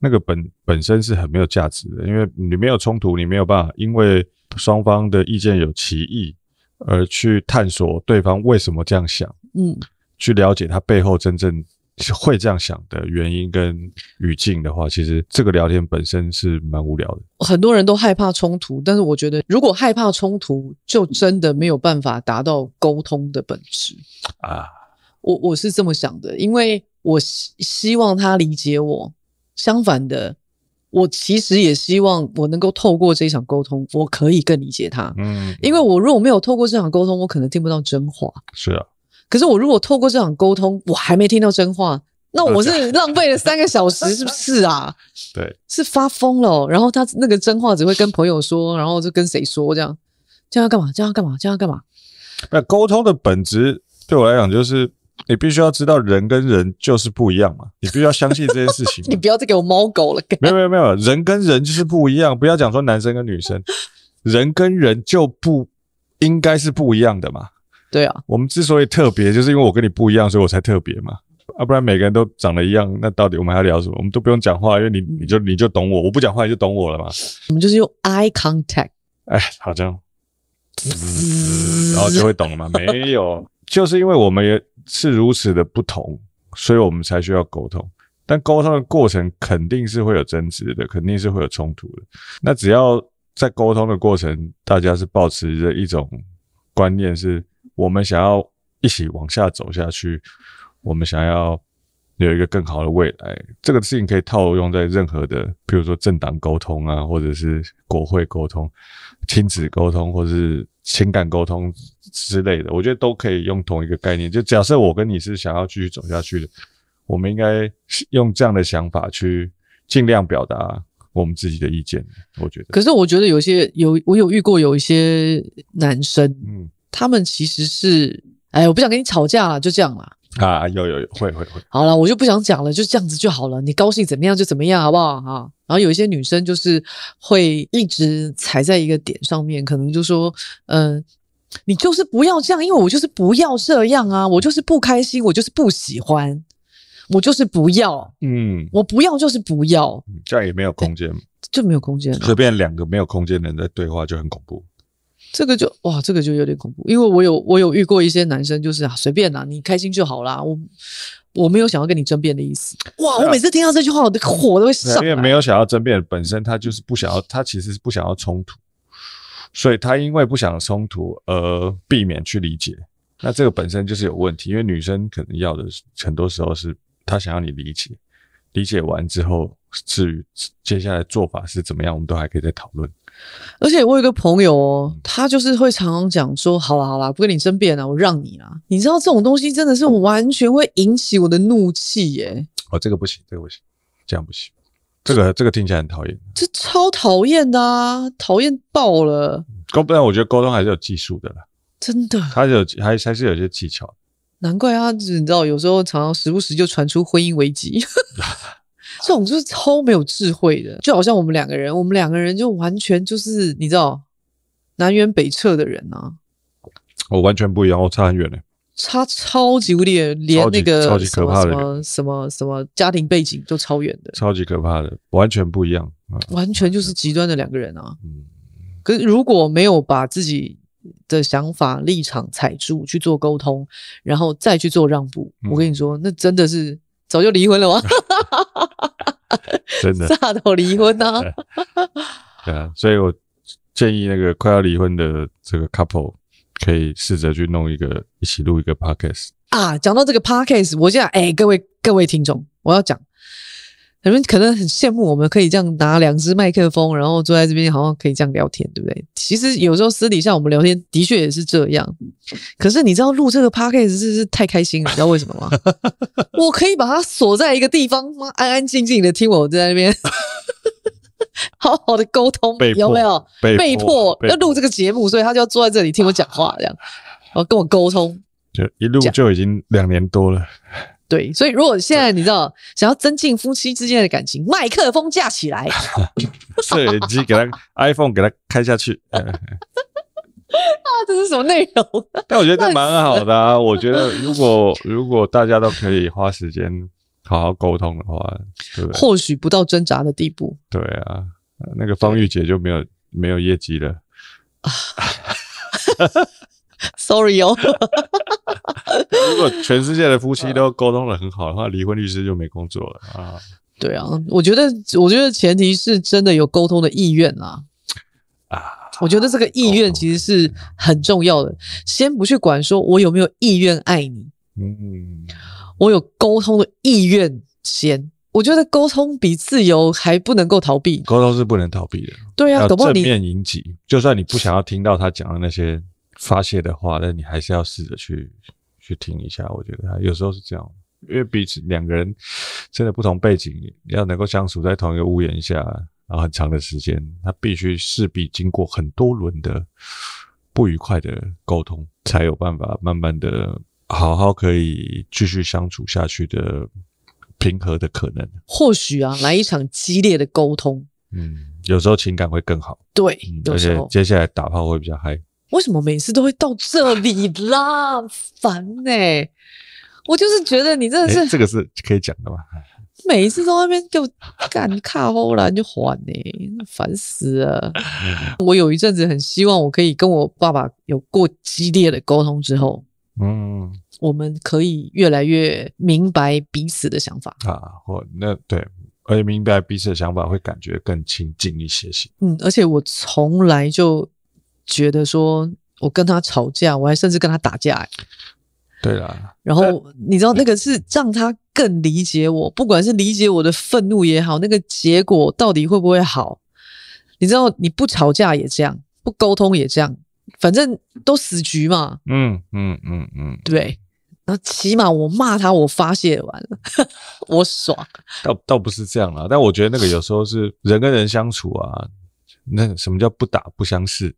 A: 那个本本身是很没有价值的，因为你没有冲突，你没有办法因为双方的意见有歧义而去探索对方为什么这样想，
B: 嗯，
A: 去了解他背后真正会这样想的原因跟语境的话，其实这个聊天本身是蛮无聊的。
B: 很多人都害怕冲突，但是我觉得，如果害怕冲突，就真的没有办法达到沟通的本质。
A: 啊，
B: 我我是这么想的，因为我希希望他理解我。相反的，我其实也希望我能够透过这一场沟通，我可以更理解他。
A: 嗯，
B: 因为我如果没有透过这场沟通，我可能听不到真话。
A: 是啊，
B: 可是我如果透过这场沟通，我还没听到真话，那我是浪费了三个小时，是不是啊？
A: 对，
B: 是发疯了哦、然后他那个真话只会跟朋友说，然后就跟谁说这样，这样要干嘛？这样要干嘛？这样要干嘛？
A: 那沟通的本质对我来讲就是。你必须要知道，人跟人就是不一样嘛。你必须要相信这件事情嘛。
B: 你不要再给我猫狗了，
A: 没有没有没有，人跟人就是不一样，不要讲说男生跟女生，人跟人就不应该是不一样的嘛。
B: 对啊，
A: 我们之所以特别，就是因为我跟你不一样，所以我才特别嘛。啊要、不然每个人都长得一样，那到底我们还要聊什么？我们都不用讲话，因为你你就你就懂我，我不讲话你就懂我了嘛。
B: 我们就是用 eye contact。
A: 哎，好像，然后就会懂了吗？没有，就是因为我们也是如此的不同，所以我们才需要沟通。但沟通的过程肯定是会有争执的，肯定是会有冲突的。那只要在沟通的过程，大家是保持着一种观念，是我们想要一起往下走下去，我们想要有一个更好的未来。这个事情可以套用在任何的，比如说政党沟通啊，或者是国会沟通、亲子沟通，或是情感沟通之类的，我觉得都可以用同一个概念。就假设我跟你是想要继续走下去的，我们应该是用这样的想法去尽量表达我们自己的意见。我觉得，
B: 可是我觉得有些有我有遇过有一些男生，
A: 嗯
B: 他们其实是，哎，我不想跟你吵架了，就这样啦。
A: 啊，有有有，会会会，
B: 好了，我就不想讲了，就这样子就好了。你高兴怎么样就怎么样，好不好啊？然后有一些女生就是会一直踩在一个点上面，可能就说，嗯、你就是不要这样，因为我就是不要这样啊，我就是不开心，我就是不喜欢，我就是不要，
A: 嗯，
B: 我不要就是不要，
A: 这样也没有空间，
B: 就没有空间了。
A: 随便两个没有空间的人在对话就很恐怖。
B: 这个就哇，这个就有点恐怖，因为我有我有遇过一些男生，就是啊随便啦，你开心就好啦，我我没有想要跟你争辩的意思。哇，
A: 对啊
B: 我每次听到这句话， 我的火都会
A: 对啊
B: 上
A: 因为
B: 来。
A: 没有想要争辩，本身他就是不想要，他其实是不想要冲突，所以他因为不想冲突而避免去理解。那这个本身就是有问题，因为女生可能要的是很多时候是她想要你理解，理解完之后，至于接下来做法是怎么样，我们都还可以再讨论。
B: 而且我有一个朋友
A: 嗯
B: 哦，他就是会常常讲说：“好啦好啦，不跟你争辩了，我让你啦。”你知道这种东西真的是完全会引起我的怒气耶，
A: 哦，这个不行，这个不行，这样不行，这个这个听起来很讨厌。
B: 这超讨厌的啊，讨厌爆了，
A: 沟，不然我觉得沟通还是有技术的啦，
B: 真的。
A: 它是有还还是有一些技巧。
B: 难怪他只你知道，有时候常常时不时就传出婚姻危机， 这种就是超没有智慧的，就好像我们两个人，我们两个人就完全就是你知道南辕北辙的人啊，
A: 我完全不一样，我差很远嘞。
B: 差超级无敌远，连
A: 超级
B: 那个
A: 超级
B: 什
A: 可
B: 么
A: 怕
B: 什
A: 的
B: 么什么什么家庭背景都超远的，
A: 超级可怕的，完全不一样啊！
B: 完全就是极端的两个人啊。
A: 嗯，
B: 可是如果没有把自己的想法立场踩住去做沟通，然后再去做让步，
A: 嗯
B: 我跟你说，那真的是早就离婚了哇！
A: 真 的
B: 炸到离婚 呐、啊！
A: 对啊，所以我建议那个快要离婚的这个 couple 可以试着去弄一个，一起录一个 podcast。
B: 啊，讲到这个 podcast，我现在哎，各位各位听众，我要讲，你们可能很羡慕我们可以这样拿两只麦克风，然后坐在这边，好像可以这样聊天，对不对？其实有时候私底下我们聊天的确也是这样，可是你知道录这个 podcast 真是太开心了，你知道为什 么吗？我可以把它锁在一个地方，妈安安静静的听我在那边 好好的沟通
A: 被，迫
B: 有没有？
A: 被
B: 被迫
A: 被
B: 要录这个节目，所以他就要坐在这里听我讲话，这样，然后跟我沟通。
A: 就一路就已经两年多 了，
B: 对，所以如果现在你知道想要增进夫妻之间的感情，麦克风架起来，啊，
A: 摄影机 给他 iPhone 给他开下去。呃
B: 这是什么内容？
A: 但我觉得 这蛮好的啊！我觉得如果如果大家都可以花时间好好沟通的话，对不对？
B: 或许不到挣扎的地步，
A: 对啊，呃那个方玉姐就没有没有业绩了。
B: ，sorry 哦，
A: 如果全世界的夫
B: 呃
A: 妻都沟通的很好的话，离婚律师就没工作了啊！
B: 对啊，我觉得，我觉得前提是真的有沟通的意愿啦。
A: 啊，
B: 我觉得这个意
A: 沟
B: 愿
A: 通
B: 其实是很重要的，先不去管说我有没有意愿爱你，
A: 嗯，
B: 我有沟通的意愿先。我觉得沟通比自由还不能够逃避。
A: 沟通是不能逃避的，
B: 对啊，
A: 要
B: 搞不好
A: 正
B: 你
A: 面迎击。就算你不想要听到他讲的那些发泄的话，但你还是要试着去去听一下。我觉得啊有时候是这样，因为彼此两个人真的不同背景，要能够相处在同一个屋檐下，然后很长的时间，他必须势必经过很多轮的不愉快的沟通，才有办法慢慢的好好可以继续相处下去的平和的可能。
B: 或许啊，来一场激烈的沟通。
A: 嗯，有时候情感会更好。
B: 对
A: 嗯，
B: 有
A: 而
B: 时
A: 且
B: 候
A: 接下来打炮会比较嗨。
B: 为什么每次都会到这里啦？烦呢、我就是觉得你真的
A: 诶
B: 是
A: 哎这个是可以讲的吧？
B: 每一次都在那边给我干卡后啦，你就还呢、烦死了！我有一阵子很希望我可以跟我爸爸有过激烈的沟通之后，
A: 嗯
B: 我们可以越来越明白彼此的想法。
A: 啊，或那对，而且明白彼此的想法，会感觉更亲近一些些。
B: 嗯，而且我从来就觉得说我跟他吵架，我还甚至跟他打架、欸，
A: 对啦，
B: 然后你知道那个是让他更理解我，不管是理解我的愤怒也好，那个结果到底会不会好？你知道你不吵架也这样，不沟通也这样，反正都死局嘛，
A: 嗯嗯嗯嗯，
B: 对不对？然后起码我骂他，我发泄完了， 我爽。
A: 倒倒不是这样啦，但我觉得那个有时候是人跟人相处啊，那个什么叫不打不相识？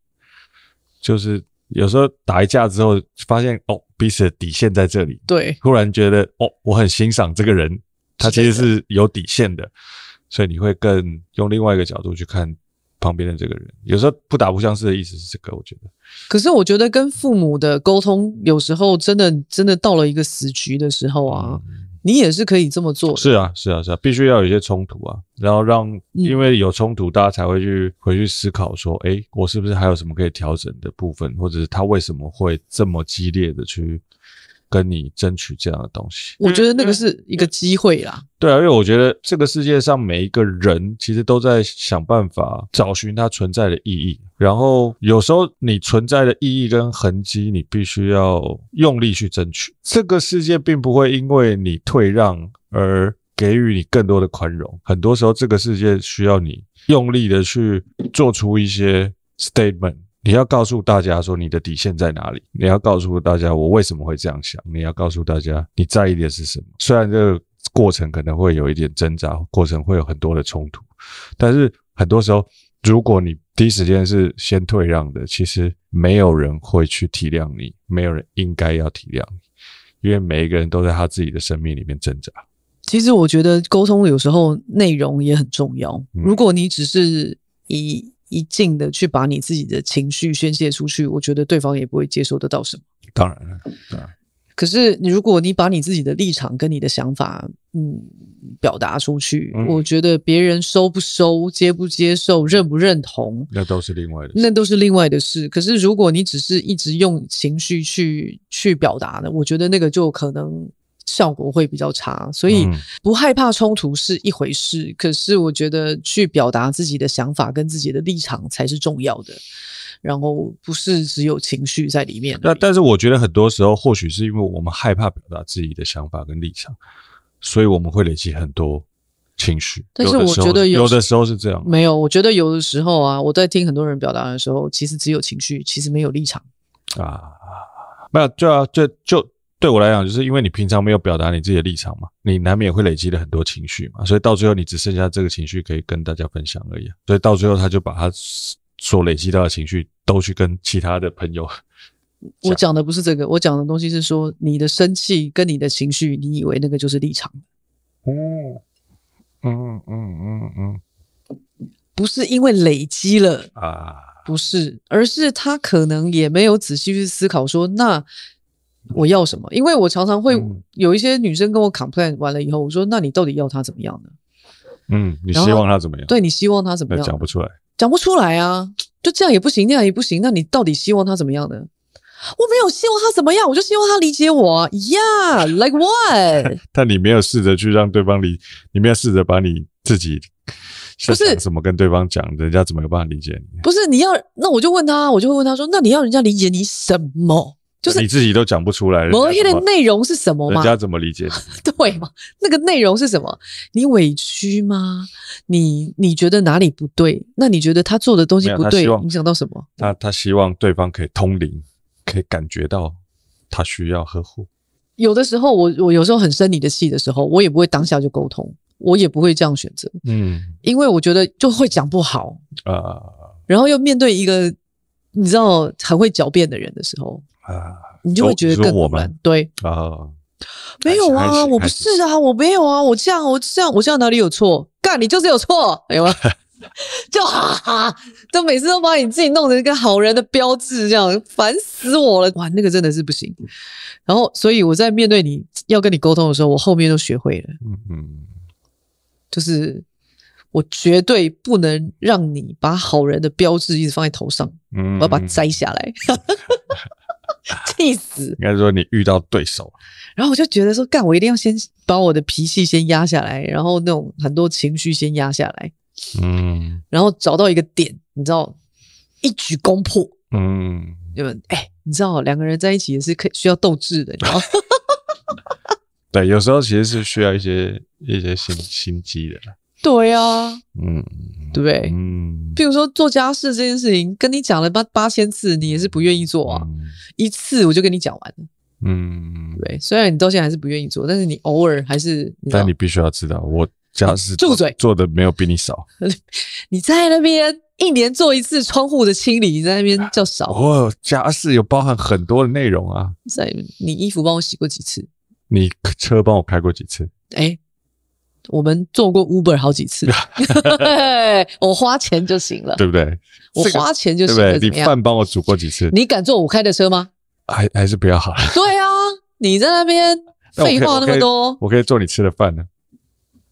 A: 就是有时候打一架之后，发现哦，彼此的底线在这里，
B: 对，
A: 突然觉得哦，我很欣赏这个人，他其实是有底线的，所以你会更用另外一个角度去看旁边的这个人。有时候不打不相识的意思是这个，我觉得
B: 可是我觉得跟父母的沟通，有时候真的真的到了一个死局的时候啊，你也是可以这么做的。
A: 是啊，是啊，是啊，必须要有一些冲突啊，然后让因为有冲突，大家才会去回去思考说，诶，我是不是还有什么可以调整的部分，或者是他为什么会这么激烈的去跟你争取这样的东西？
B: 我觉得那个是一个机会啦。
A: 对啊，因为我觉得这个世界上每一个人其实都在想办法找寻它存在的意义，然后有时候你存在的意义跟痕迹，你必须要用力去争取。这个世界并不会因为你退让而给予你更多的宽容。很多时候，这个世界需要你用力的去做出一些 statement。你要告诉大家说你的底线在哪里，你要告诉大家我为什么会这样想，你要告诉大家你在意的是什么。虽然这个过程可能会有一点挣扎，过程会有很多的冲突，但是很多时候，如果你第一时间是先退让的，其实没有人会去体谅你，没有人应该要体谅你，因为每一个人都在他自己的生命里面挣扎。
B: 其实我觉得沟通有时候内容也很重要。如果你只是一一劲的去把你自己的情绪宣泄出去，我觉得对方也不会接收得到什么。
A: 当然了，当然
B: 可是你如果你把你自己的立场跟你的想法，嗯，表达出去，
A: 嗯
B: 我觉得别人收不收、接不接受、认不认同，
A: 那都是另外的事。
B: 那都是另外的事。可是如果你只是一直用情绪去去表达呢，我觉得那个就可能效果会比较差。所以
A: 嗯
B: 不害怕冲突是一回事，可是我觉得去表达自己的想法跟自己的立场才是重要的。然后不是只有情绪在里面而已。
A: 那但是我觉得很多时候，或许是因为我们害怕表达自己的想法跟立场，所以我们会累积很多情绪。
B: 但是
A: 有的
B: 我
A: 时候
B: 觉得有
A: 有
B: 时
A: 的时候是这样，
B: 没有，我觉得有的时候啊，我在听很多人表达的时候，其实只有情绪，其实没有立场。
A: 啊，没有，对啊，就就对我来讲，就是因为你平常没有表达你自己的立场嘛，你难免会累积了很多情绪嘛，所以到最后你只剩下这个情绪可以跟大家分享而已啊、所以到最后他就把他所累积到的情绪都去跟其他的朋友，啊
B: 我讲的不是这个，我讲的东西是说你的生气跟你的情绪，你以为那个就是立场。
A: 哦，嗯嗯嗯嗯
B: 不是因为累积了，
A: 啊，
B: 不是，而是他可能也没有仔细去思考说，那我要什么？因为我常常会
A: 嗯
B: 有一些女生跟我 complain 完了以后，我说，那你到底要他怎么样呢？
A: 嗯，你
B: 然
A: 希
B: 后
A: 望他怎么样？
B: 对你希望他怎么
A: 那
B: 样？
A: 讲不出来。
B: 讲不出来啊，就这样也不行，那样也不行，那你到底希望他怎么样呢？我没有希望他怎么样，我就希望他理解我啊，Yeah，like what？
A: 但你没有试着去让对方理，你没有试着把你自己是
B: 不是
A: 想什么跟对方讲，人家怎么有办法理解你？
B: 不是你要，那我就问他，我就会问他说，那你要人家理解你什么？就是
A: 你自己都讲不出来，人家
B: 磨黑的
A: 怎么
B: 内容是什么嘛
A: 人？家怎么理解你？
B: 对嘛？那个内容是什么？你委屈吗？你你觉得哪里不对？那你觉得他做的东西
A: 没有
B: 不
A: 他
B: 对
A: 希，望
B: 影响到什么？
A: 他他希望对方可以通灵，可以感觉到他需要呵护。
B: 有的时候我，我有时候很生你的气的时候，我也不会当下就沟通，我也不会这样选择，
A: 嗯
B: 因为我觉得就会讲不好，
A: 啊
B: 然后又面对一个你知道很会狡辩的人的时候，
A: 啊
B: 你就会觉得
A: 说
B: 更
A: 我
B: 烦
A: 们
B: 对，
A: 啊！
B: 没有
A: 还
B: 啊，
A: 行
B: 我不是啊，我没有啊，我这样，我这样，我这样哪里有错？干，你就是有错， 有吗？就哈哈，就每次都把你自己弄成一个好人的标志，这样烦死我了。哇，那个真的是不行。然后，所以我在面对你要跟你沟通的时候，我后面都学会了，
A: 嗯嗯，
B: 就是我绝对不能让你把好人的标志一直放在头上，
A: 嗯
B: 我要把它摘下来， 气死。
A: 应该说你遇到对手，
B: 然后我就觉得说，干，我一定要先把我的脾气先压下来，然后那种很多情绪先压下来，
A: 嗯
B: 然后找到一个点，你知道，一举攻破，
A: 嗯，
B: 对吧？哎，你知道两个人在一起也是可以需要斗志的，你知道？
A: 对，有时候其实是需要一些一些心心机的，
B: 对啊，
A: 嗯，
B: 对不对？
A: 嗯，
B: 譬如说做家事这件事情，跟你讲了八八千次，你也是不愿意做啊，
A: 嗯
B: 一次我就跟你讲完了，
A: 嗯
B: 对，不对？虽然你到现在还是不愿意做，但是你偶尔还是，你知道
A: 但你必须要知道，我家事
B: 住
A: 做
B: 嘴
A: 做的没有比你少，
B: 你在那边一年做一次窗户的清理，你在那边叫少，
A: 哦，家事有包含很多的内容啊。
B: 在你衣服帮我洗过几次？
A: 你车帮我开过几次？
B: 哎，我们做过 Uber 好几 次， 我花钱就行了，
A: 对不对？
B: 我
A: 这个
B: 花钱就
A: 对不
B: 行了，
A: 对？
B: 怎
A: 你
B: 么样？
A: 饭帮我煮过几次？
B: 你敢坐我开的 车吗？
A: 还还是不要好了。
B: 对啊，你在那边
A: 那我可
B: 废
A: 以
B: 话那么多，
A: 我可以做你吃的饭呢。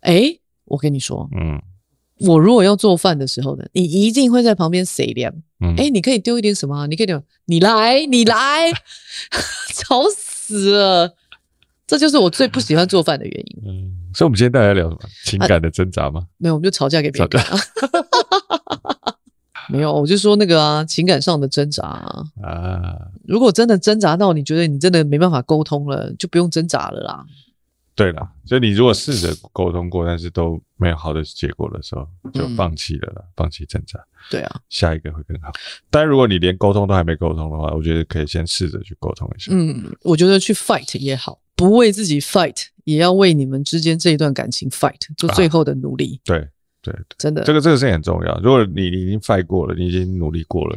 B: 哎，我跟你说，
A: 嗯
B: 我如果要做饭的时候呢，你一定会在旁边谁凉。
A: 嗯，
B: 哎，你可以丢一点什么啊？你可以丢，你来，你来， 吵死了！这就是我最不喜欢做饭的原因。
A: 嗯，所以我们今天大家聊什么？情感的挣扎吗？
B: 没有，我们就吵架给别人
A: 吵
B: 看啊。 没有，我就说那个啊，情感上的挣扎啊。
A: 啊，
B: 如果真的挣扎到你觉得你真的没办法沟通了，就不用挣扎了啦。
A: 对了，所以你如果试着沟通过，但是都没有好的结果的时候，就
B: 嗯
A: 放弃了啦，放弃挣扎，
B: 对啊，
A: 下一个会更好。但如果你连沟通都还没沟通的话，我觉得可以先试着去沟通一下。
B: 嗯，我觉得去 fight 也好，不为自己 fight，也要为你们之间这一段感情 fight，做最后的努力。
A: 对对，
B: 真的，
A: 啊这个这个事情很重要。如果你你已经 fight 过了，你已经努力过了，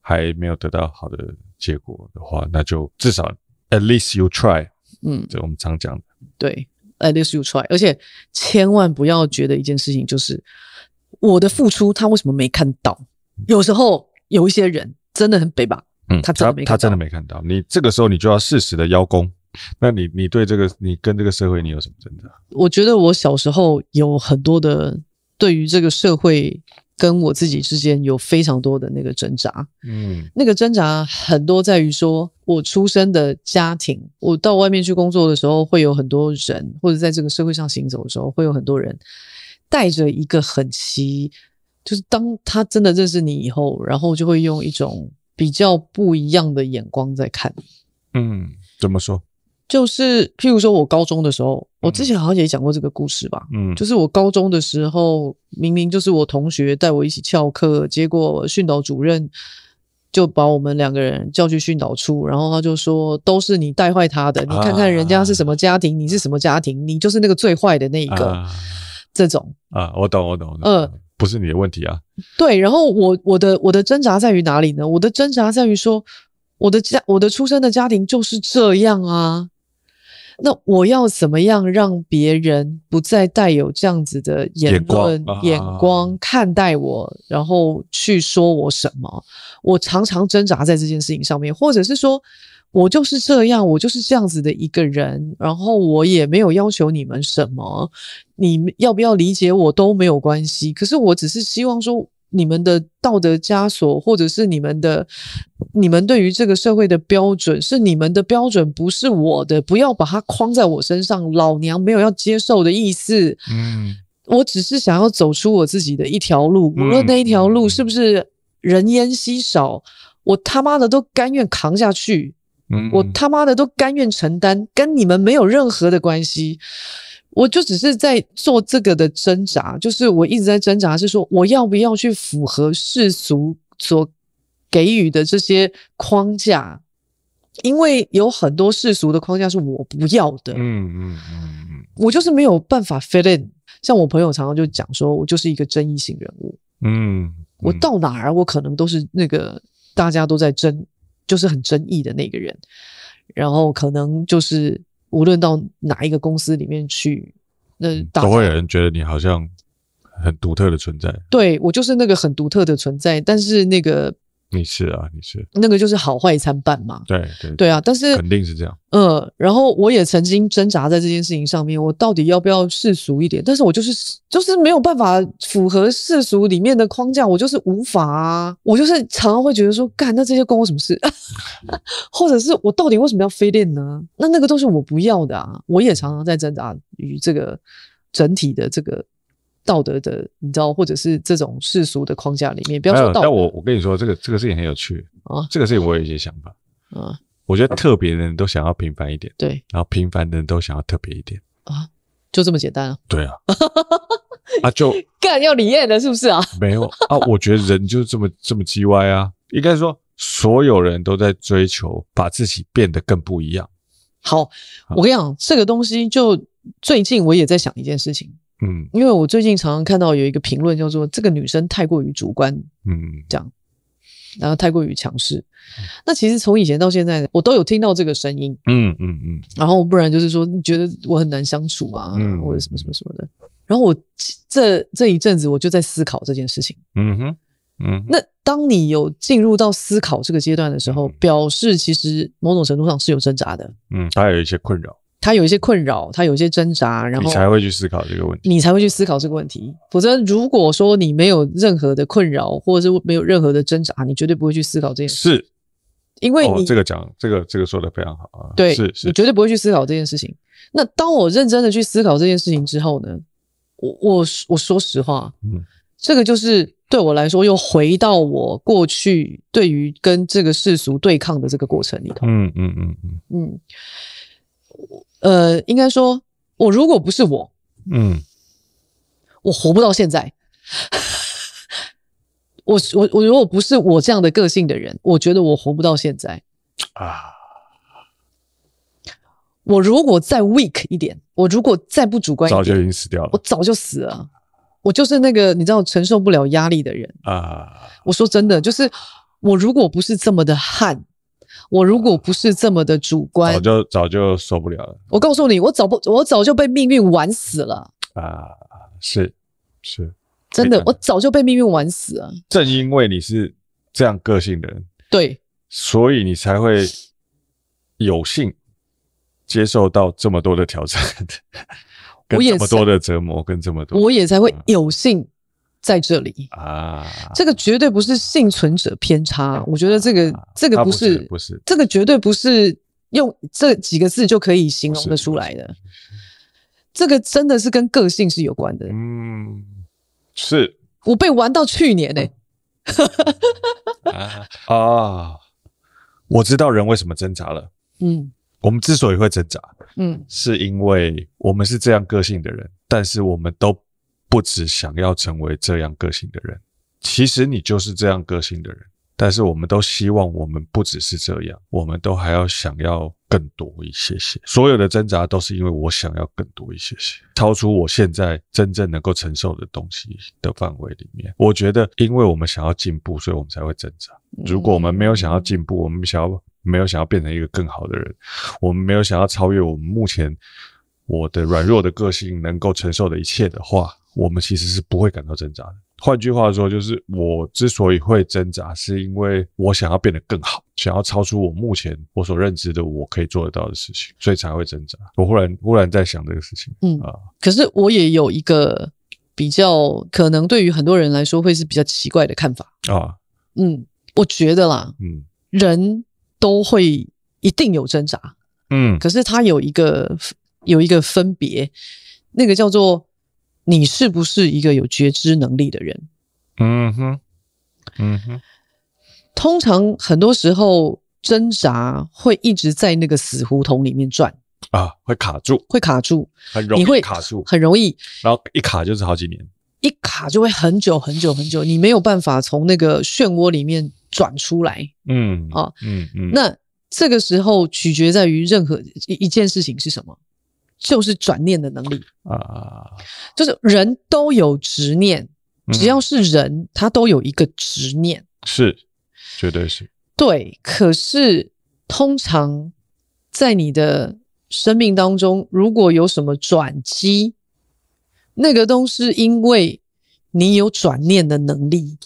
A: 还没有得到好的结果的话，那就至少 at least you try，
B: 嗯，
A: 这我们常讲的。
B: 对，at least you try。而且千万不要觉得一件事情就是我的付出他为什么没看到？有时候有一些人真的很北吧，
A: 嗯，
B: 他真的没
A: 他
B: 看
A: 真的
B: 到
A: 没看到。你这个时候你就要适时的邀功。那你你对这个你跟这个社会你有什么挣扎？
B: 我觉得我小时候有很多的对于这个社会跟我自己之间有非常多的那个挣扎。
A: 嗯
B: 那个挣扎很多在于说，我出生的家庭，我到外面去工作的时候，会有很多人，或者在这个社会上行走的时候，会有很多人带着一个很奇，就是当他真的认识你以后，然后就会用一种比较不一样的眼光在看你。
A: 嗯，怎么说？
B: 就是譬如说，我高中的时候，我
A: 嗯
B: 之前好像也讲过这个故事吧，
A: 嗯，
B: 就是我高中的时候，明明就是我同学带我一起翘课，结果训导主任就把我们两个人叫去训导处，然后他就说都是你带坏他的，你看看人家是什么家庭，你是什么家庭，你就是那个最坏的那一个。
A: 啊
B: 这种
A: 啊，我懂我懂，我懂
B: 嗯，
A: 不是你的问题啊。
B: 对，然后我我的我的挣扎在于哪里呢？我的挣扎在于说，我的家我的出生的家庭就是这样啊。那我要怎么样让别人不再带有这样子的言
A: 眼光
B: 论、眼
A: 啊
B: 光看待我，然后去说我什么？我常常挣扎在这件事情上面，或者是说我就是这样，我就是这样子的一个人，然后我也没有要求你们什么，你们要不要理解我都没有关系。可是我只是希望说，你们的道德枷锁，或者是你们的、你们对于这个社会的标准，是你们的标准，不是我的，不要把它框在我身上。老娘没有要接受的意思，
A: 嗯
B: 我只是想要走出我自己的一条路，无论
A: 嗯
B: 那一条路
A: 嗯
B: 是不是人烟稀少，我他妈的都甘愿扛下去。
A: 嗯
B: 我他妈的都甘愿承担，跟你们没有任何的关系。我就只是在做这个的挣扎，就是我一直在挣扎，是说我要不要去符合世俗所给予的这些框架，因为有很多世俗的框架是我不要的，
A: 嗯嗯嗯嗯
B: 我就是没有办法 fit in。像我朋友常常就讲说，我就是一个争议性人物，
A: 嗯，
B: 我
A: 嗯
B: 到哪儿啊我可能都是那个大家都在争，就是很争议的那个人，然后可能就是无论到哪一个公司里面去，那
A: 嗯
B: 大
A: 都
B: 家
A: 会有人觉得你好像很独特的存在。
B: 对我就是那个很独特的存在，但是那个
A: 你是啊，你是，
B: 那个就是好坏参半嘛。
A: 对对
B: 对啊，但是
A: 肯定是这样。
B: 呃，然后我也曾经挣扎在这件事情上面，我到底要不要世俗一点？但是我就是就是没有办法符合世俗里面的框架，我就是无法啊，我就是常常会觉得说，干那这些关我什么事？ 或者是我到底为什么要 fit in 呢？那那个都是我不要的啊！我也常常在挣扎于这个整体的这个道德的，你知道，或者是这种世俗的框架里面，不要
A: 没
B: 说
A: 有，
B: 道
A: 但
B: 德
A: 我我跟你说，这个这个事情很有趣
B: 啊
A: 这个事情我有一些想法。
B: 啊，
A: 我觉得特别的人都想要平凡一点，
B: 对，
A: 然后平凡的人都想要特别一点。
B: 就这么简单啊！
A: 对 啊，啊就
B: 干要李艳了是不是啊？
A: 没有啊，我觉得人就是这么这么叽歪啊。应该说，所有人都在追求把自己变得更不一样。
B: 好，
A: 好
B: 我跟你讲，这个东西就最近我也在想一件事情，
A: 嗯
B: 因为我最近常常看到有一个评论叫做“这个女生太过于主观，
A: 嗯
B: 然后太过于强势”。那其实从以前到现在，我都有听到这个声音，
A: 嗯嗯嗯，
B: 然后不然就是说你觉得我很难相处啊，
A: 嗯
B: 或者什么什么什么的。然后我这这一阵子我就在思考这件事情。
A: 嗯哼，嗯哼，
B: 那当你有进入到思考这个阶段的时候
A: 嗯，
B: 表示其实某种程度上是有挣扎的，
A: 嗯，他有一些困扰，
B: 他有一些困扰，他有一些挣扎，然
A: 你
B: 后
A: 才会去思考这个问题。
B: 你才会去思考这个问题。否则，如果说你没有任何的困扰，或者是没有任何的挣扎，你绝对不会去思考这件事，
A: 是
B: 因为
A: 哦
B: 你、，
A: 这个讲这个这个说的非常好啊。
B: 对
A: 是
B: 你
A: 是，
B: 绝对不会去思考这件事情。那当我认真的去思考这件事情之后呢，我我我说实话，
A: 嗯
B: 这个就是对我来说又回到我过去对于跟这个世俗对
A: 嗯
B: 抗的这个过程里头。
A: 嗯嗯嗯嗯
B: 嗯，呃，应该说我如果不是我，
A: 嗯
B: 我活不到现在。 我我我如果不是我这样的个性的人，我觉得我活不到现在。
A: 啊，
B: 我如果再 weak 一点，我如果再不主观
A: 早
B: 一
A: 就已
B: 点，
A: 经死掉
B: 我
A: 了
B: 早就死了。我就是那个你知道承受不了压力的人。
A: 啊，
B: 我说真的，就是我如果不是这么的悍，我如果不是这么的主观
A: 早，就早就受不了了
B: 我告诉你，我早不我早就被命运玩死了，
A: 啊，是是，
B: 真的
A: 非，常
B: 我早就被命运玩死了。
A: 正因为你是这样个性的人，
B: 对，
A: 所以你才会有幸接受到这么多的挑战， 跟
B: 我也
A: 这么多的折磨，跟这么多
B: 我也才会
A: 嗯
B: 有幸在这里。
A: 啊，
B: 这个绝对不是幸存者偏差，啊我觉得这个这个
A: 他
B: 不
A: 啊不
B: 是，
A: 不是
B: 这个绝对不是用这几个字就可以形
A: 不
B: 容
A: 是
B: 得
A: 不
B: 出来
A: 是
B: 的。这个真的是跟个性是有关的。
A: 嗯，是
B: 我被玩到去年呢、
A: 啊啊，我知道人为什么挣扎了。
B: 嗯
A: 我们之所以会挣扎，
B: 嗯，
A: 是因为我们是这样个性的人，但是我们都不只想要成为这样个性的人。其实你就是这样个性的人，但是我们都希望我们不只是这样，我们都还要想要更多一些些。所有的挣扎都是因为我想要更多一些些，超出我现在真正能够承受的东西的范围里面。我觉得，因为我们想要进步，所以我们才会挣扎。如果我们没有想要进步，我们想要没有想要变成一个更好的人，我们没有想要超越我们目前我的软弱的个性能够承受的一切的话，我们其实是不会感到挣扎的。换句话说，就是我之所以会挣扎，是因为我想要变得更好，想要超出我目前我所认知的我可以做得到的事情，所以才会挣扎。我忽然忽然在想这个事情，
B: 嗯
A: 啊，
B: 可是我也有一个比较可能对于很多人来说会是比较奇怪的看法。
A: 啊，
B: 嗯，我觉得啦，
A: 嗯
B: 人都会一定有挣扎，
A: 嗯
B: 可是它有一个有一个分别，那个叫做你是不是一个有觉知能力的人。
A: 嗯哼嗯哼
B: 通常很多时候挣扎会一直在那个死胡同里面转，
A: 啊，会卡住，
B: 会卡住，
A: 很容
B: 你会
A: 易卡住，
B: 很容易
A: 然后一卡就是好几年。
B: 一卡就会很久很久很久，你没有办法从那个漩涡里面转出来。
A: 嗯
B: 哦，
A: 嗯嗯，
B: 那这个时候取决在于任何一一件事情是什么，就是转念的能力。
A: 啊，
B: 就是人都有执念，只要
A: 嗯
B: 是人，他都有一个执念。
A: 是，绝对是，
B: 对，可是通常在你的生命当中，如果有什么转机，那个都是因为你有转念的能力，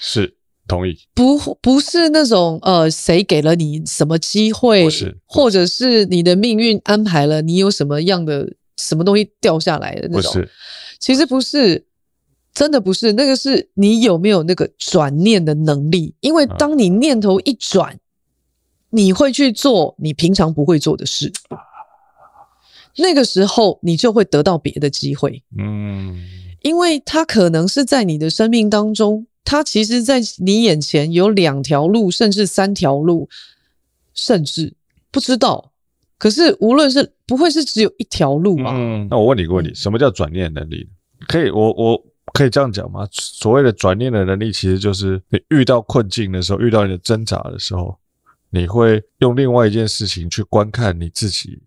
A: 是同意，
B: 不不是那种呃谁给了你什么机会
A: 不是，
B: 或者是你的命运安排了你有什么样的什么东西掉下来的那
A: 不
B: 种。
A: 是
B: 其实不是，真的不是，那个是你有没有那个转念的能力？因为
A: 啊
B: 当你念头一转，你会去做你平常不会做的事，那个时候你就会得到别的机会，
A: 嗯
B: 因为它可能是在你的生命当中，它其实在你眼前有两条路，甚至三条路，甚至不知道。可是无论是不会是只有一条路啊，
A: 嗯。那我问你一个问题，什么叫转念能力？可以，我我可以这样讲吗？所谓的转念的能力，其实就是你遇到困境的时候，遇到你的挣扎的时候，你会用另外一件事情去观看你自己。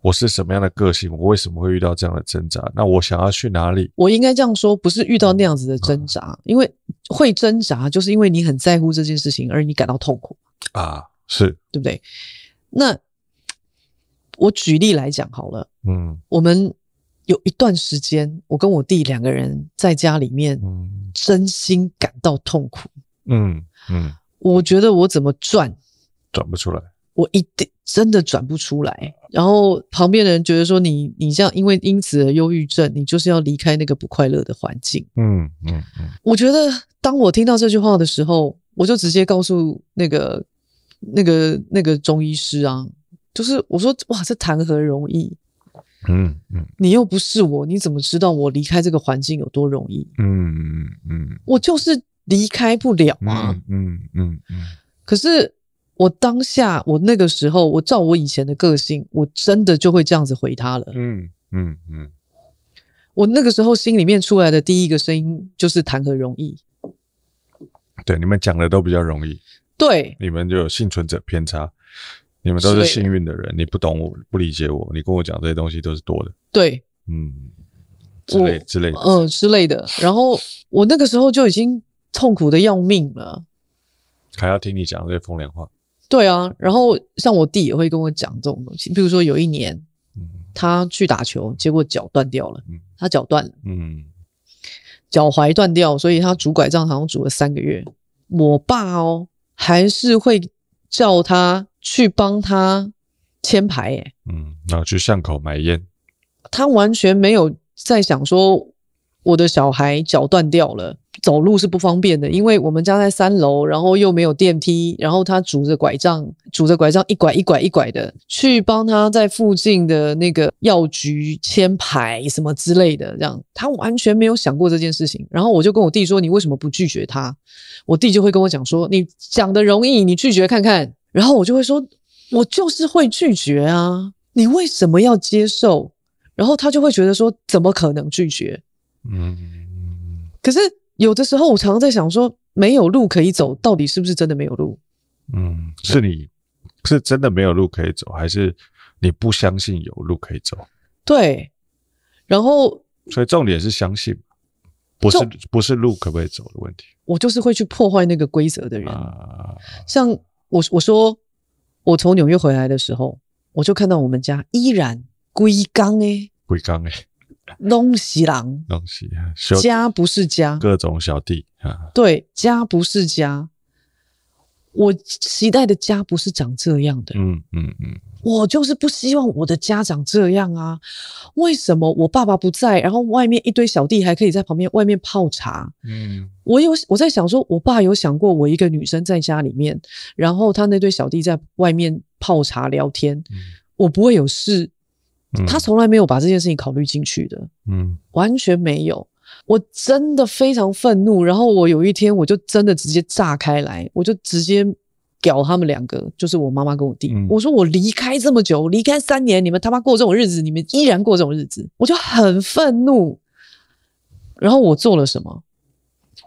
A: 我是什么样的个性？我为什么会遇到这样的挣扎？那我想要去哪里？
B: 我应该这样说，不是遇到那样子的挣扎，因为会挣扎，就是因为你很在乎这件事情，而你感到痛苦，
A: 啊，是，
B: 对不对？那我举例来讲好了，
A: 嗯
B: 我们有一段时间，我跟我弟两个人在家里面，
A: 嗯
B: 真心感到痛苦。
A: 嗯嗯，
B: 我觉得我怎么转，
A: 转不出来，
B: 我一定真的转不出来。然后旁边的人觉得说你你这样，因为因此而忧郁症，你就是要离开那个不快乐的环境。
A: 嗯嗯嗯，
B: 我觉得当我听到这句话的时候，我就直接告诉那个、那个、那个中医师啊，就是我说哇，这谈何容易？
A: 嗯嗯
B: 你又不是我，你怎么知道我离开这个环境有多容易？
A: 嗯嗯嗯
B: 我就是离开不了啊。
A: 嗯嗯嗯嗯
B: 可是我当下，我那个时候，我照我以前的个性，我真的就会这样子回他了。
A: 嗯嗯嗯，
B: 我那个时候心里面出来的第一个声音就是谈何容易。
A: 对，你们讲的都比较容易，
B: 对，
A: 你们就有幸存者偏差，你们都是
B: 之类
A: 幸运的人，你不懂我，不理解我，你跟我讲这些东西都是多的，
B: 对，
A: 嗯，之
B: 我
A: 类之类的，
B: 嗯、之类的。然后我那个时候就已经痛苦的要命了。
A: 还要听你讲这些风凉话，
B: 对啊，然后像我弟也会跟我讲这种东西，比如说有一年
A: 嗯
B: 他去打球，结果脚断掉了
A: 嗯，
B: 他脚断了，
A: 嗯
B: 脚踝断掉，所以他拄拐杖好像拄了三个月。我爸哦，还是会叫他去帮他签牌，诶，
A: 嗯，然后去巷口买烟，
B: 他完全没有在想说我的小孩脚断掉了，走路是不方便的，因为我们家在三楼，然后又没有电梯，然后他拄着拐杖，拄着拐杖一拐一拐一拐的去帮他在附近的那个药局签牌什么之类的，这样他完全没有想过这件事情。然后我就跟我弟说：“你为什么不拒绝他？”我弟就会跟我讲说：“你讲的容易，你拒绝看看。”然后我就会说：“我就是会拒绝啊，你为什么要接受？”然后他就会觉得说，怎么可能拒绝？
A: 嗯
B: 可是有的时候，我常常在想说，没有路可以走，到底是不是真的没有路？
A: 嗯，是你是真的没有路可以走，还是你不相信有路可以走？
B: 对，然后
A: 所以重点是相信，不是
B: 重
A: 不是路可不可以走的问题
B: 我就是会去破坏那个规则的人。
A: 啊，
B: 像我我说，我从纽约回来的时候，我就看到我们家依然归缸诶，
A: 鬼刚哎
B: 东西郎
A: 东西，啊修
B: 家不是家，
A: 各种小弟啊，
B: 对，家不是家。我期待的家不是长这样的，
A: 嗯嗯嗯
B: 我就是不希望我的家长这样啊！为什么我爸爸不在，然后外面一堆小弟还可以在旁边外面泡茶？
A: 嗯
B: 我有我在想说，我爸有想过我一个女生在家里面，然后他那堆小弟在外面泡茶聊天，我不会有事。
A: 嗯
B: 嗯他从来没有把这件事情考虑进去的，
A: 嗯
B: 完全没有。我真的非常愤怒，然后我有一天我就真的直接炸开来，我就直接屌他们两个，就是我妈妈跟我弟。
A: 嗯
B: 我说我离开这么久，离开三年，你们他妈过这种日子，你们依然过这种日子，我就很愤怒。然后我做了什么？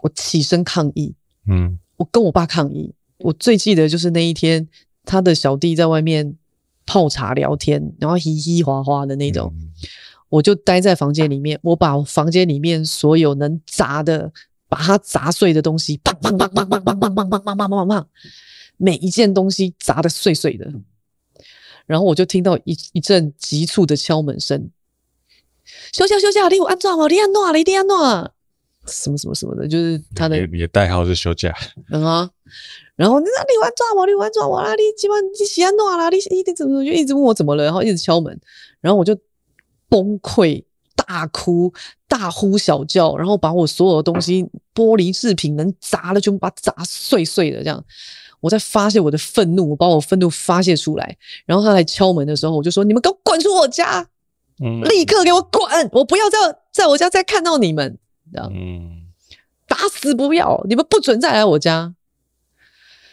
B: 我起身抗议，
A: 嗯
B: 我跟我爸抗议。我最记得就是那一天，他的小弟在外面泡茶聊天，然后嘻嘻哈哈的那种。
A: 嗯
B: 我就待在房间里面，我把我房间里面所有能砸的，把它砸碎的东西，砰砰砰砰砰砰砰砰砰砰砰砰砰，每一件东西砸的碎碎的。然后我就听到一一阵急促的敲门声，休假休假，你有安怎吗？你安怎啊？你你安怎啊？什么什么什么的，就是他的
A: 你你的代号是休假，
B: 嗯啊，然后你那你玩抓我，你玩抓我啦，你基本你喜欢哪啦，你你你怎么怎么就一直问我怎么了，然后一直敲门，然后我就崩溃大哭大呼小叫，然后把我所有的东西玻璃制品能砸的全部把它砸碎碎的这样。我在发泄我的愤怒，我把我愤怒发泄出来，然后他来敲门的时候，我就说：“你们给我滚出我家，
A: 嗯
B: 立刻给我滚！我不要在在我家再看到你们。”
A: 嗯
B: 打死不要，你们不准再来我家。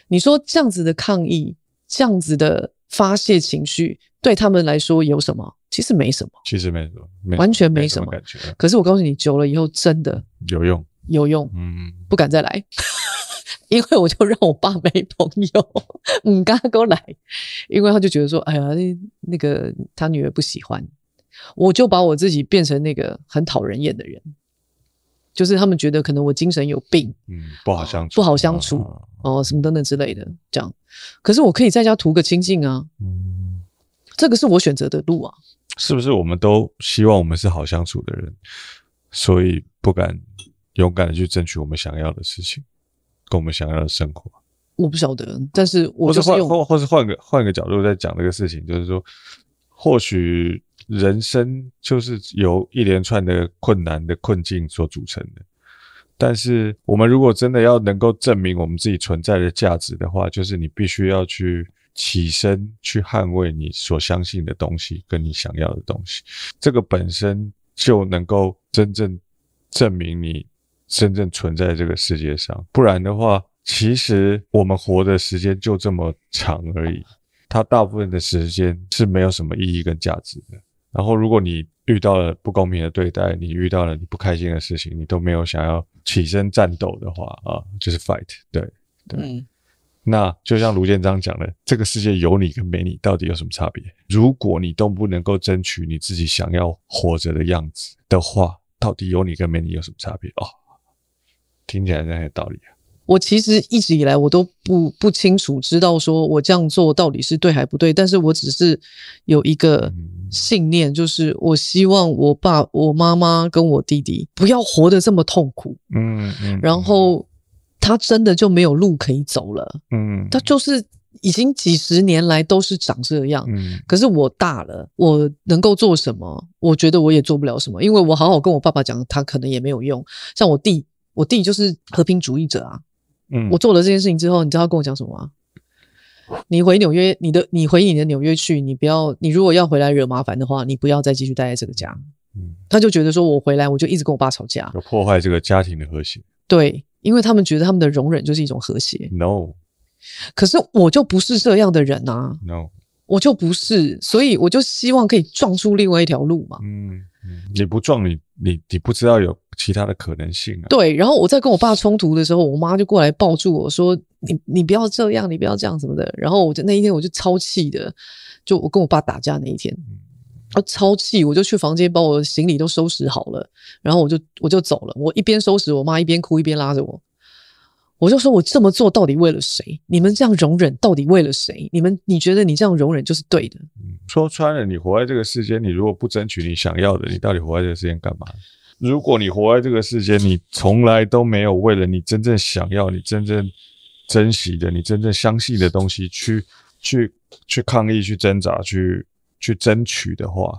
B: 你说这样子的抗议，这样子的发泄情绪，对他们来说有什么？其实没什么。
A: 其实没什么，没
B: 完全没
A: 什
B: 什么
A: 感觉，
B: 可是我告诉你，久了以后真的
A: 有用，
B: 有用，
A: 嗯
B: 不敢再来， 因为我就让我爸没朋友， 嗯，刚刚给我来，因为他就觉得说，哎呀，那那个他女儿不喜欢，我就把我自己变成那个很讨人厌的人，就是他们觉得可能我精神有病，
A: 嗯，不好相处，
B: 不好相处
A: 啊
B: 哦，什么等等之类的，这样。可是我可以在家图个清静啊，
A: 嗯。
B: 这个是我选择的路啊。
A: 是不是我们都希望我们是好相处的人，所以不敢勇敢的去争取我们想要的事情，跟我们想要的生活，
B: 我不晓得，但是我
A: 或是
B: 就是
A: 换
B: 用
A: 或或是换个换个角度在讲这个事情，就是说，或许人生就是由一连串的困难的困境所组成的。但是我们如果真的要能够证明我们自己存在的价值的话，就是你必须要去起身去捍卫你所相信的东西跟你想要的东西。这个本身就能够真正证明你真正存在这个世界上。不然的话，其实我们活的时间就这么长而已，它大部分的时间是没有什么意义跟价值的。然后，如果你遇到了不公平的对待，你遇到了你不开心的事情，你都没有想要起身战斗的话啊，就是 fight。对，对
B: 嗯，
A: 那就像卢建章讲的，这个世界有你跟没你到底有什么差别？如果你都不能够争取你自己想要活着的样子的话，到底有你跟没你有什么差别？哦，听起来很有道理啊。
B: 我其实一直以来我都不不清楚知道说我这样做到底是对还不对，但是我只是有一个
A: 嗯
B: 信念，就是我希望我爸、我妈妈跟我弟弟不要活得这么痛苦，
A: 嗯嗯
B: 然后他真的就没有路可以走了，
A: 嗯，
B: 他就是已经几十年来都是长这样。
A: 嗯
B: 可是我大了，我能够做什么？我觉得我也做不了什么，因为我好好跟我爸爸讲，他可能也没有用。像我弟，我弟就是和平主义者啊，
A: 嗯
B: 我做了这件事情之后，你知道他跟我讲什么吗？你回纽约，你的你回你的纽约去，你不要，你如果要回来惹麻烦的话，你不要再继续待在这个家。
A: 嗯
B: 他就觉得说，我回来我就一直跟我爸吵架，
A: 有破坏这个家庭的和谐
B: 对，因为他们觉得他们的容忍就是一种和谐。
A: ？No
B: 可是我就不是这样的人啊，
A: No，
B: 我就不是，所以我就希望可以撞出另外一条路嘛。
A: 嗯，嗯你不撞你你你不知道有其他的可能性啊。
B: 对，然后我在跟我爸冲突的时候，我妈就过来抱住我说：“你你不要这样，你不要这样什么的。”然后我就那一天我就超气的，就我跟我爸打架那一天，我超气，我就去房间把我的行李都收拾好了，然后我就我就走了。我一边收拾，我妈一边哭一边拉着我，我就说：“我这么做到底为了谁？你们这样容忍到底为了谁？你们你觉得你这样容忍就是对的？
A: 说穿了，你活在这个世间，你如果不争取你想要的，你到底活在这个世间干嘛？如果你活在这个世间，你从来都没有为了你真正想要、你真正珍惜的、你真正相信的东西去去去抗议、去挣扎、去去争取的话，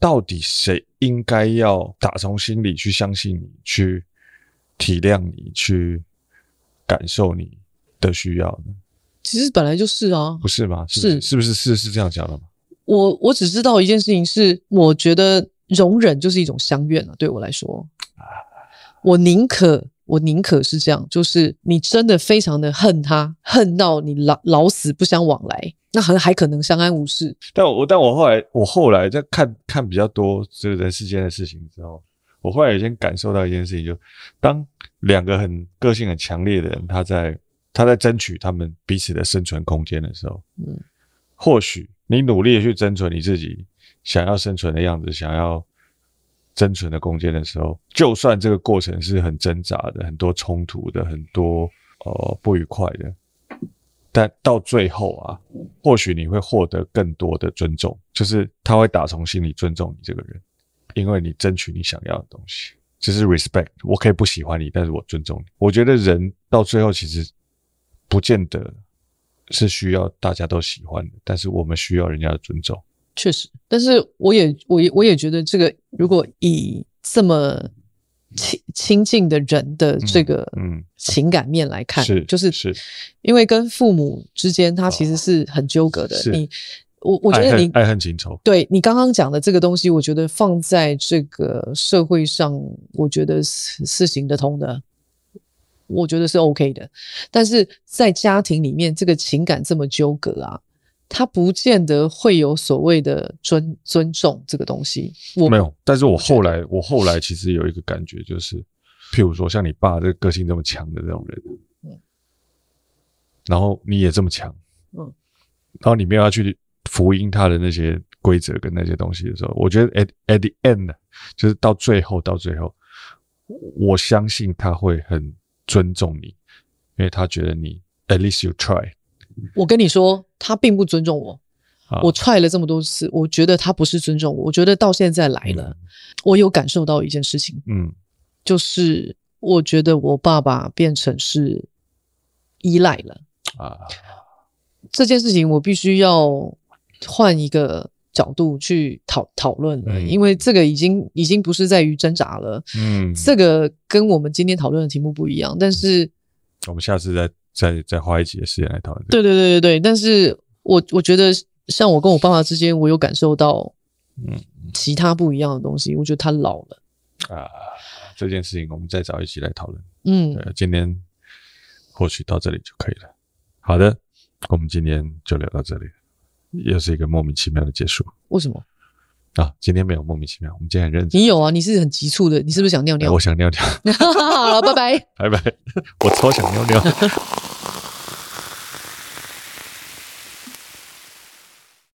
A: 到底谁应该要打从心里去相信你、去体谅你、去感受你的需要呢？
B: 其实本来就是啊，
A: 不是吗？是不是
B: 是
A: 是不是是是这样讲的吗？
B: 我我只知道一件事情是，我觉得容忍就是一种相怨了、对我来说，我宁可我宁可是这样，就是你真的非常的恨他，恨到你老老死不相往来，那很还可能相安无事。
A: 但我但我后来我后来在看看比较多这个人世间的事情之后，我后来有先感受到一件事情就，当两个很个性很强烈的人，他在他在争取他们彼此的生存空间的时候，
B: 嗯，
A: 或许你努力的去争取你自己想要生存的样子，想要生存的空间的时候，就算这个过程是很挣扎的、很多冲突的、很多呃不愉快的，但到最后啊，或许你会获得更多的尊重，就是他会打从心里尊重你这个人，因为你争取你想要的东西，就是 respect。我可以不喜欢你，但是我尊重你。我觉得人到最后其实不见得是需要大家都喜欢的，但是我们需要人家的尊重。
B: 确实，但是我也我也我也觉得这个，如果以这么亲亲近的人的这个
A: 嗯，
B: 情感面来看，
A: 是
B: 就是
A: 是啊
B: 因为跟父母之间，它其实是很纠葛的。
A: 是哎
B: 你我我觉得
A: 爱恨
B: 你
A: 爱恨情仇，
B: 对你刚刚讲的这个东西，我觉得放在这个社会上，我觉得是是行得通的，我觉得是 OK 的。但是在家庭里面，这个情感这么纠葛啊，它不见得会有所谓的尊尊重这个东西。我
A: 没有。但是我后来我后来其实有一个感觉，就是譬如说像你爸这个个性这么强的这种人，然后你也这么强，
B: 嗯
A: 然后你没有要去福音他的那些规则跟那些东西的时候，我觉得 at at the end 就是到最后到最后，我相信他会很尊重你，因为他觉得你 at least you try
B: 我跟你说，他并不尊重我。
A: 啊。
B: 我踹了这么多次，我觉得他不是尊重我。我觉得到现在来了，我有感受到一件事情，
A: 嗯
B: 就是我觉得我爸爸变成是依赖了
A: 啊
B: 这件事情，我必须要换一个角度去讨讨论了，
A: 嗯
B: 因为这个已经已经不是在于挣扎了，
A: 嗯，
B: 这个跟我们今天讨论的题目不一样。但是，
A: 我们下次再再再花一集的时间来讨论这个。
B: 对对对对对，但是我我觉得像我跟我爸爸之间，我有感受到
A: 嗯
B: 其他不一样的东西，我觉得他老了。
A: 啊，这件事情我们再找一起来讨论。
B: 嗯，
A: 呃，今天或许到这里就可以了。好的，我们今天就聊到这里，又是一个莫名其妙的结束
B: 为什么？
A: 啊！今天没有莫名其妙，我们今天很认真。
B: 你有啊？你是很急促的，你是不是想尿
A: 哎
B: 尿
A: 我？想尿尿，
B: 好了，拜拜。
A: 拜拜，我超想尿尿。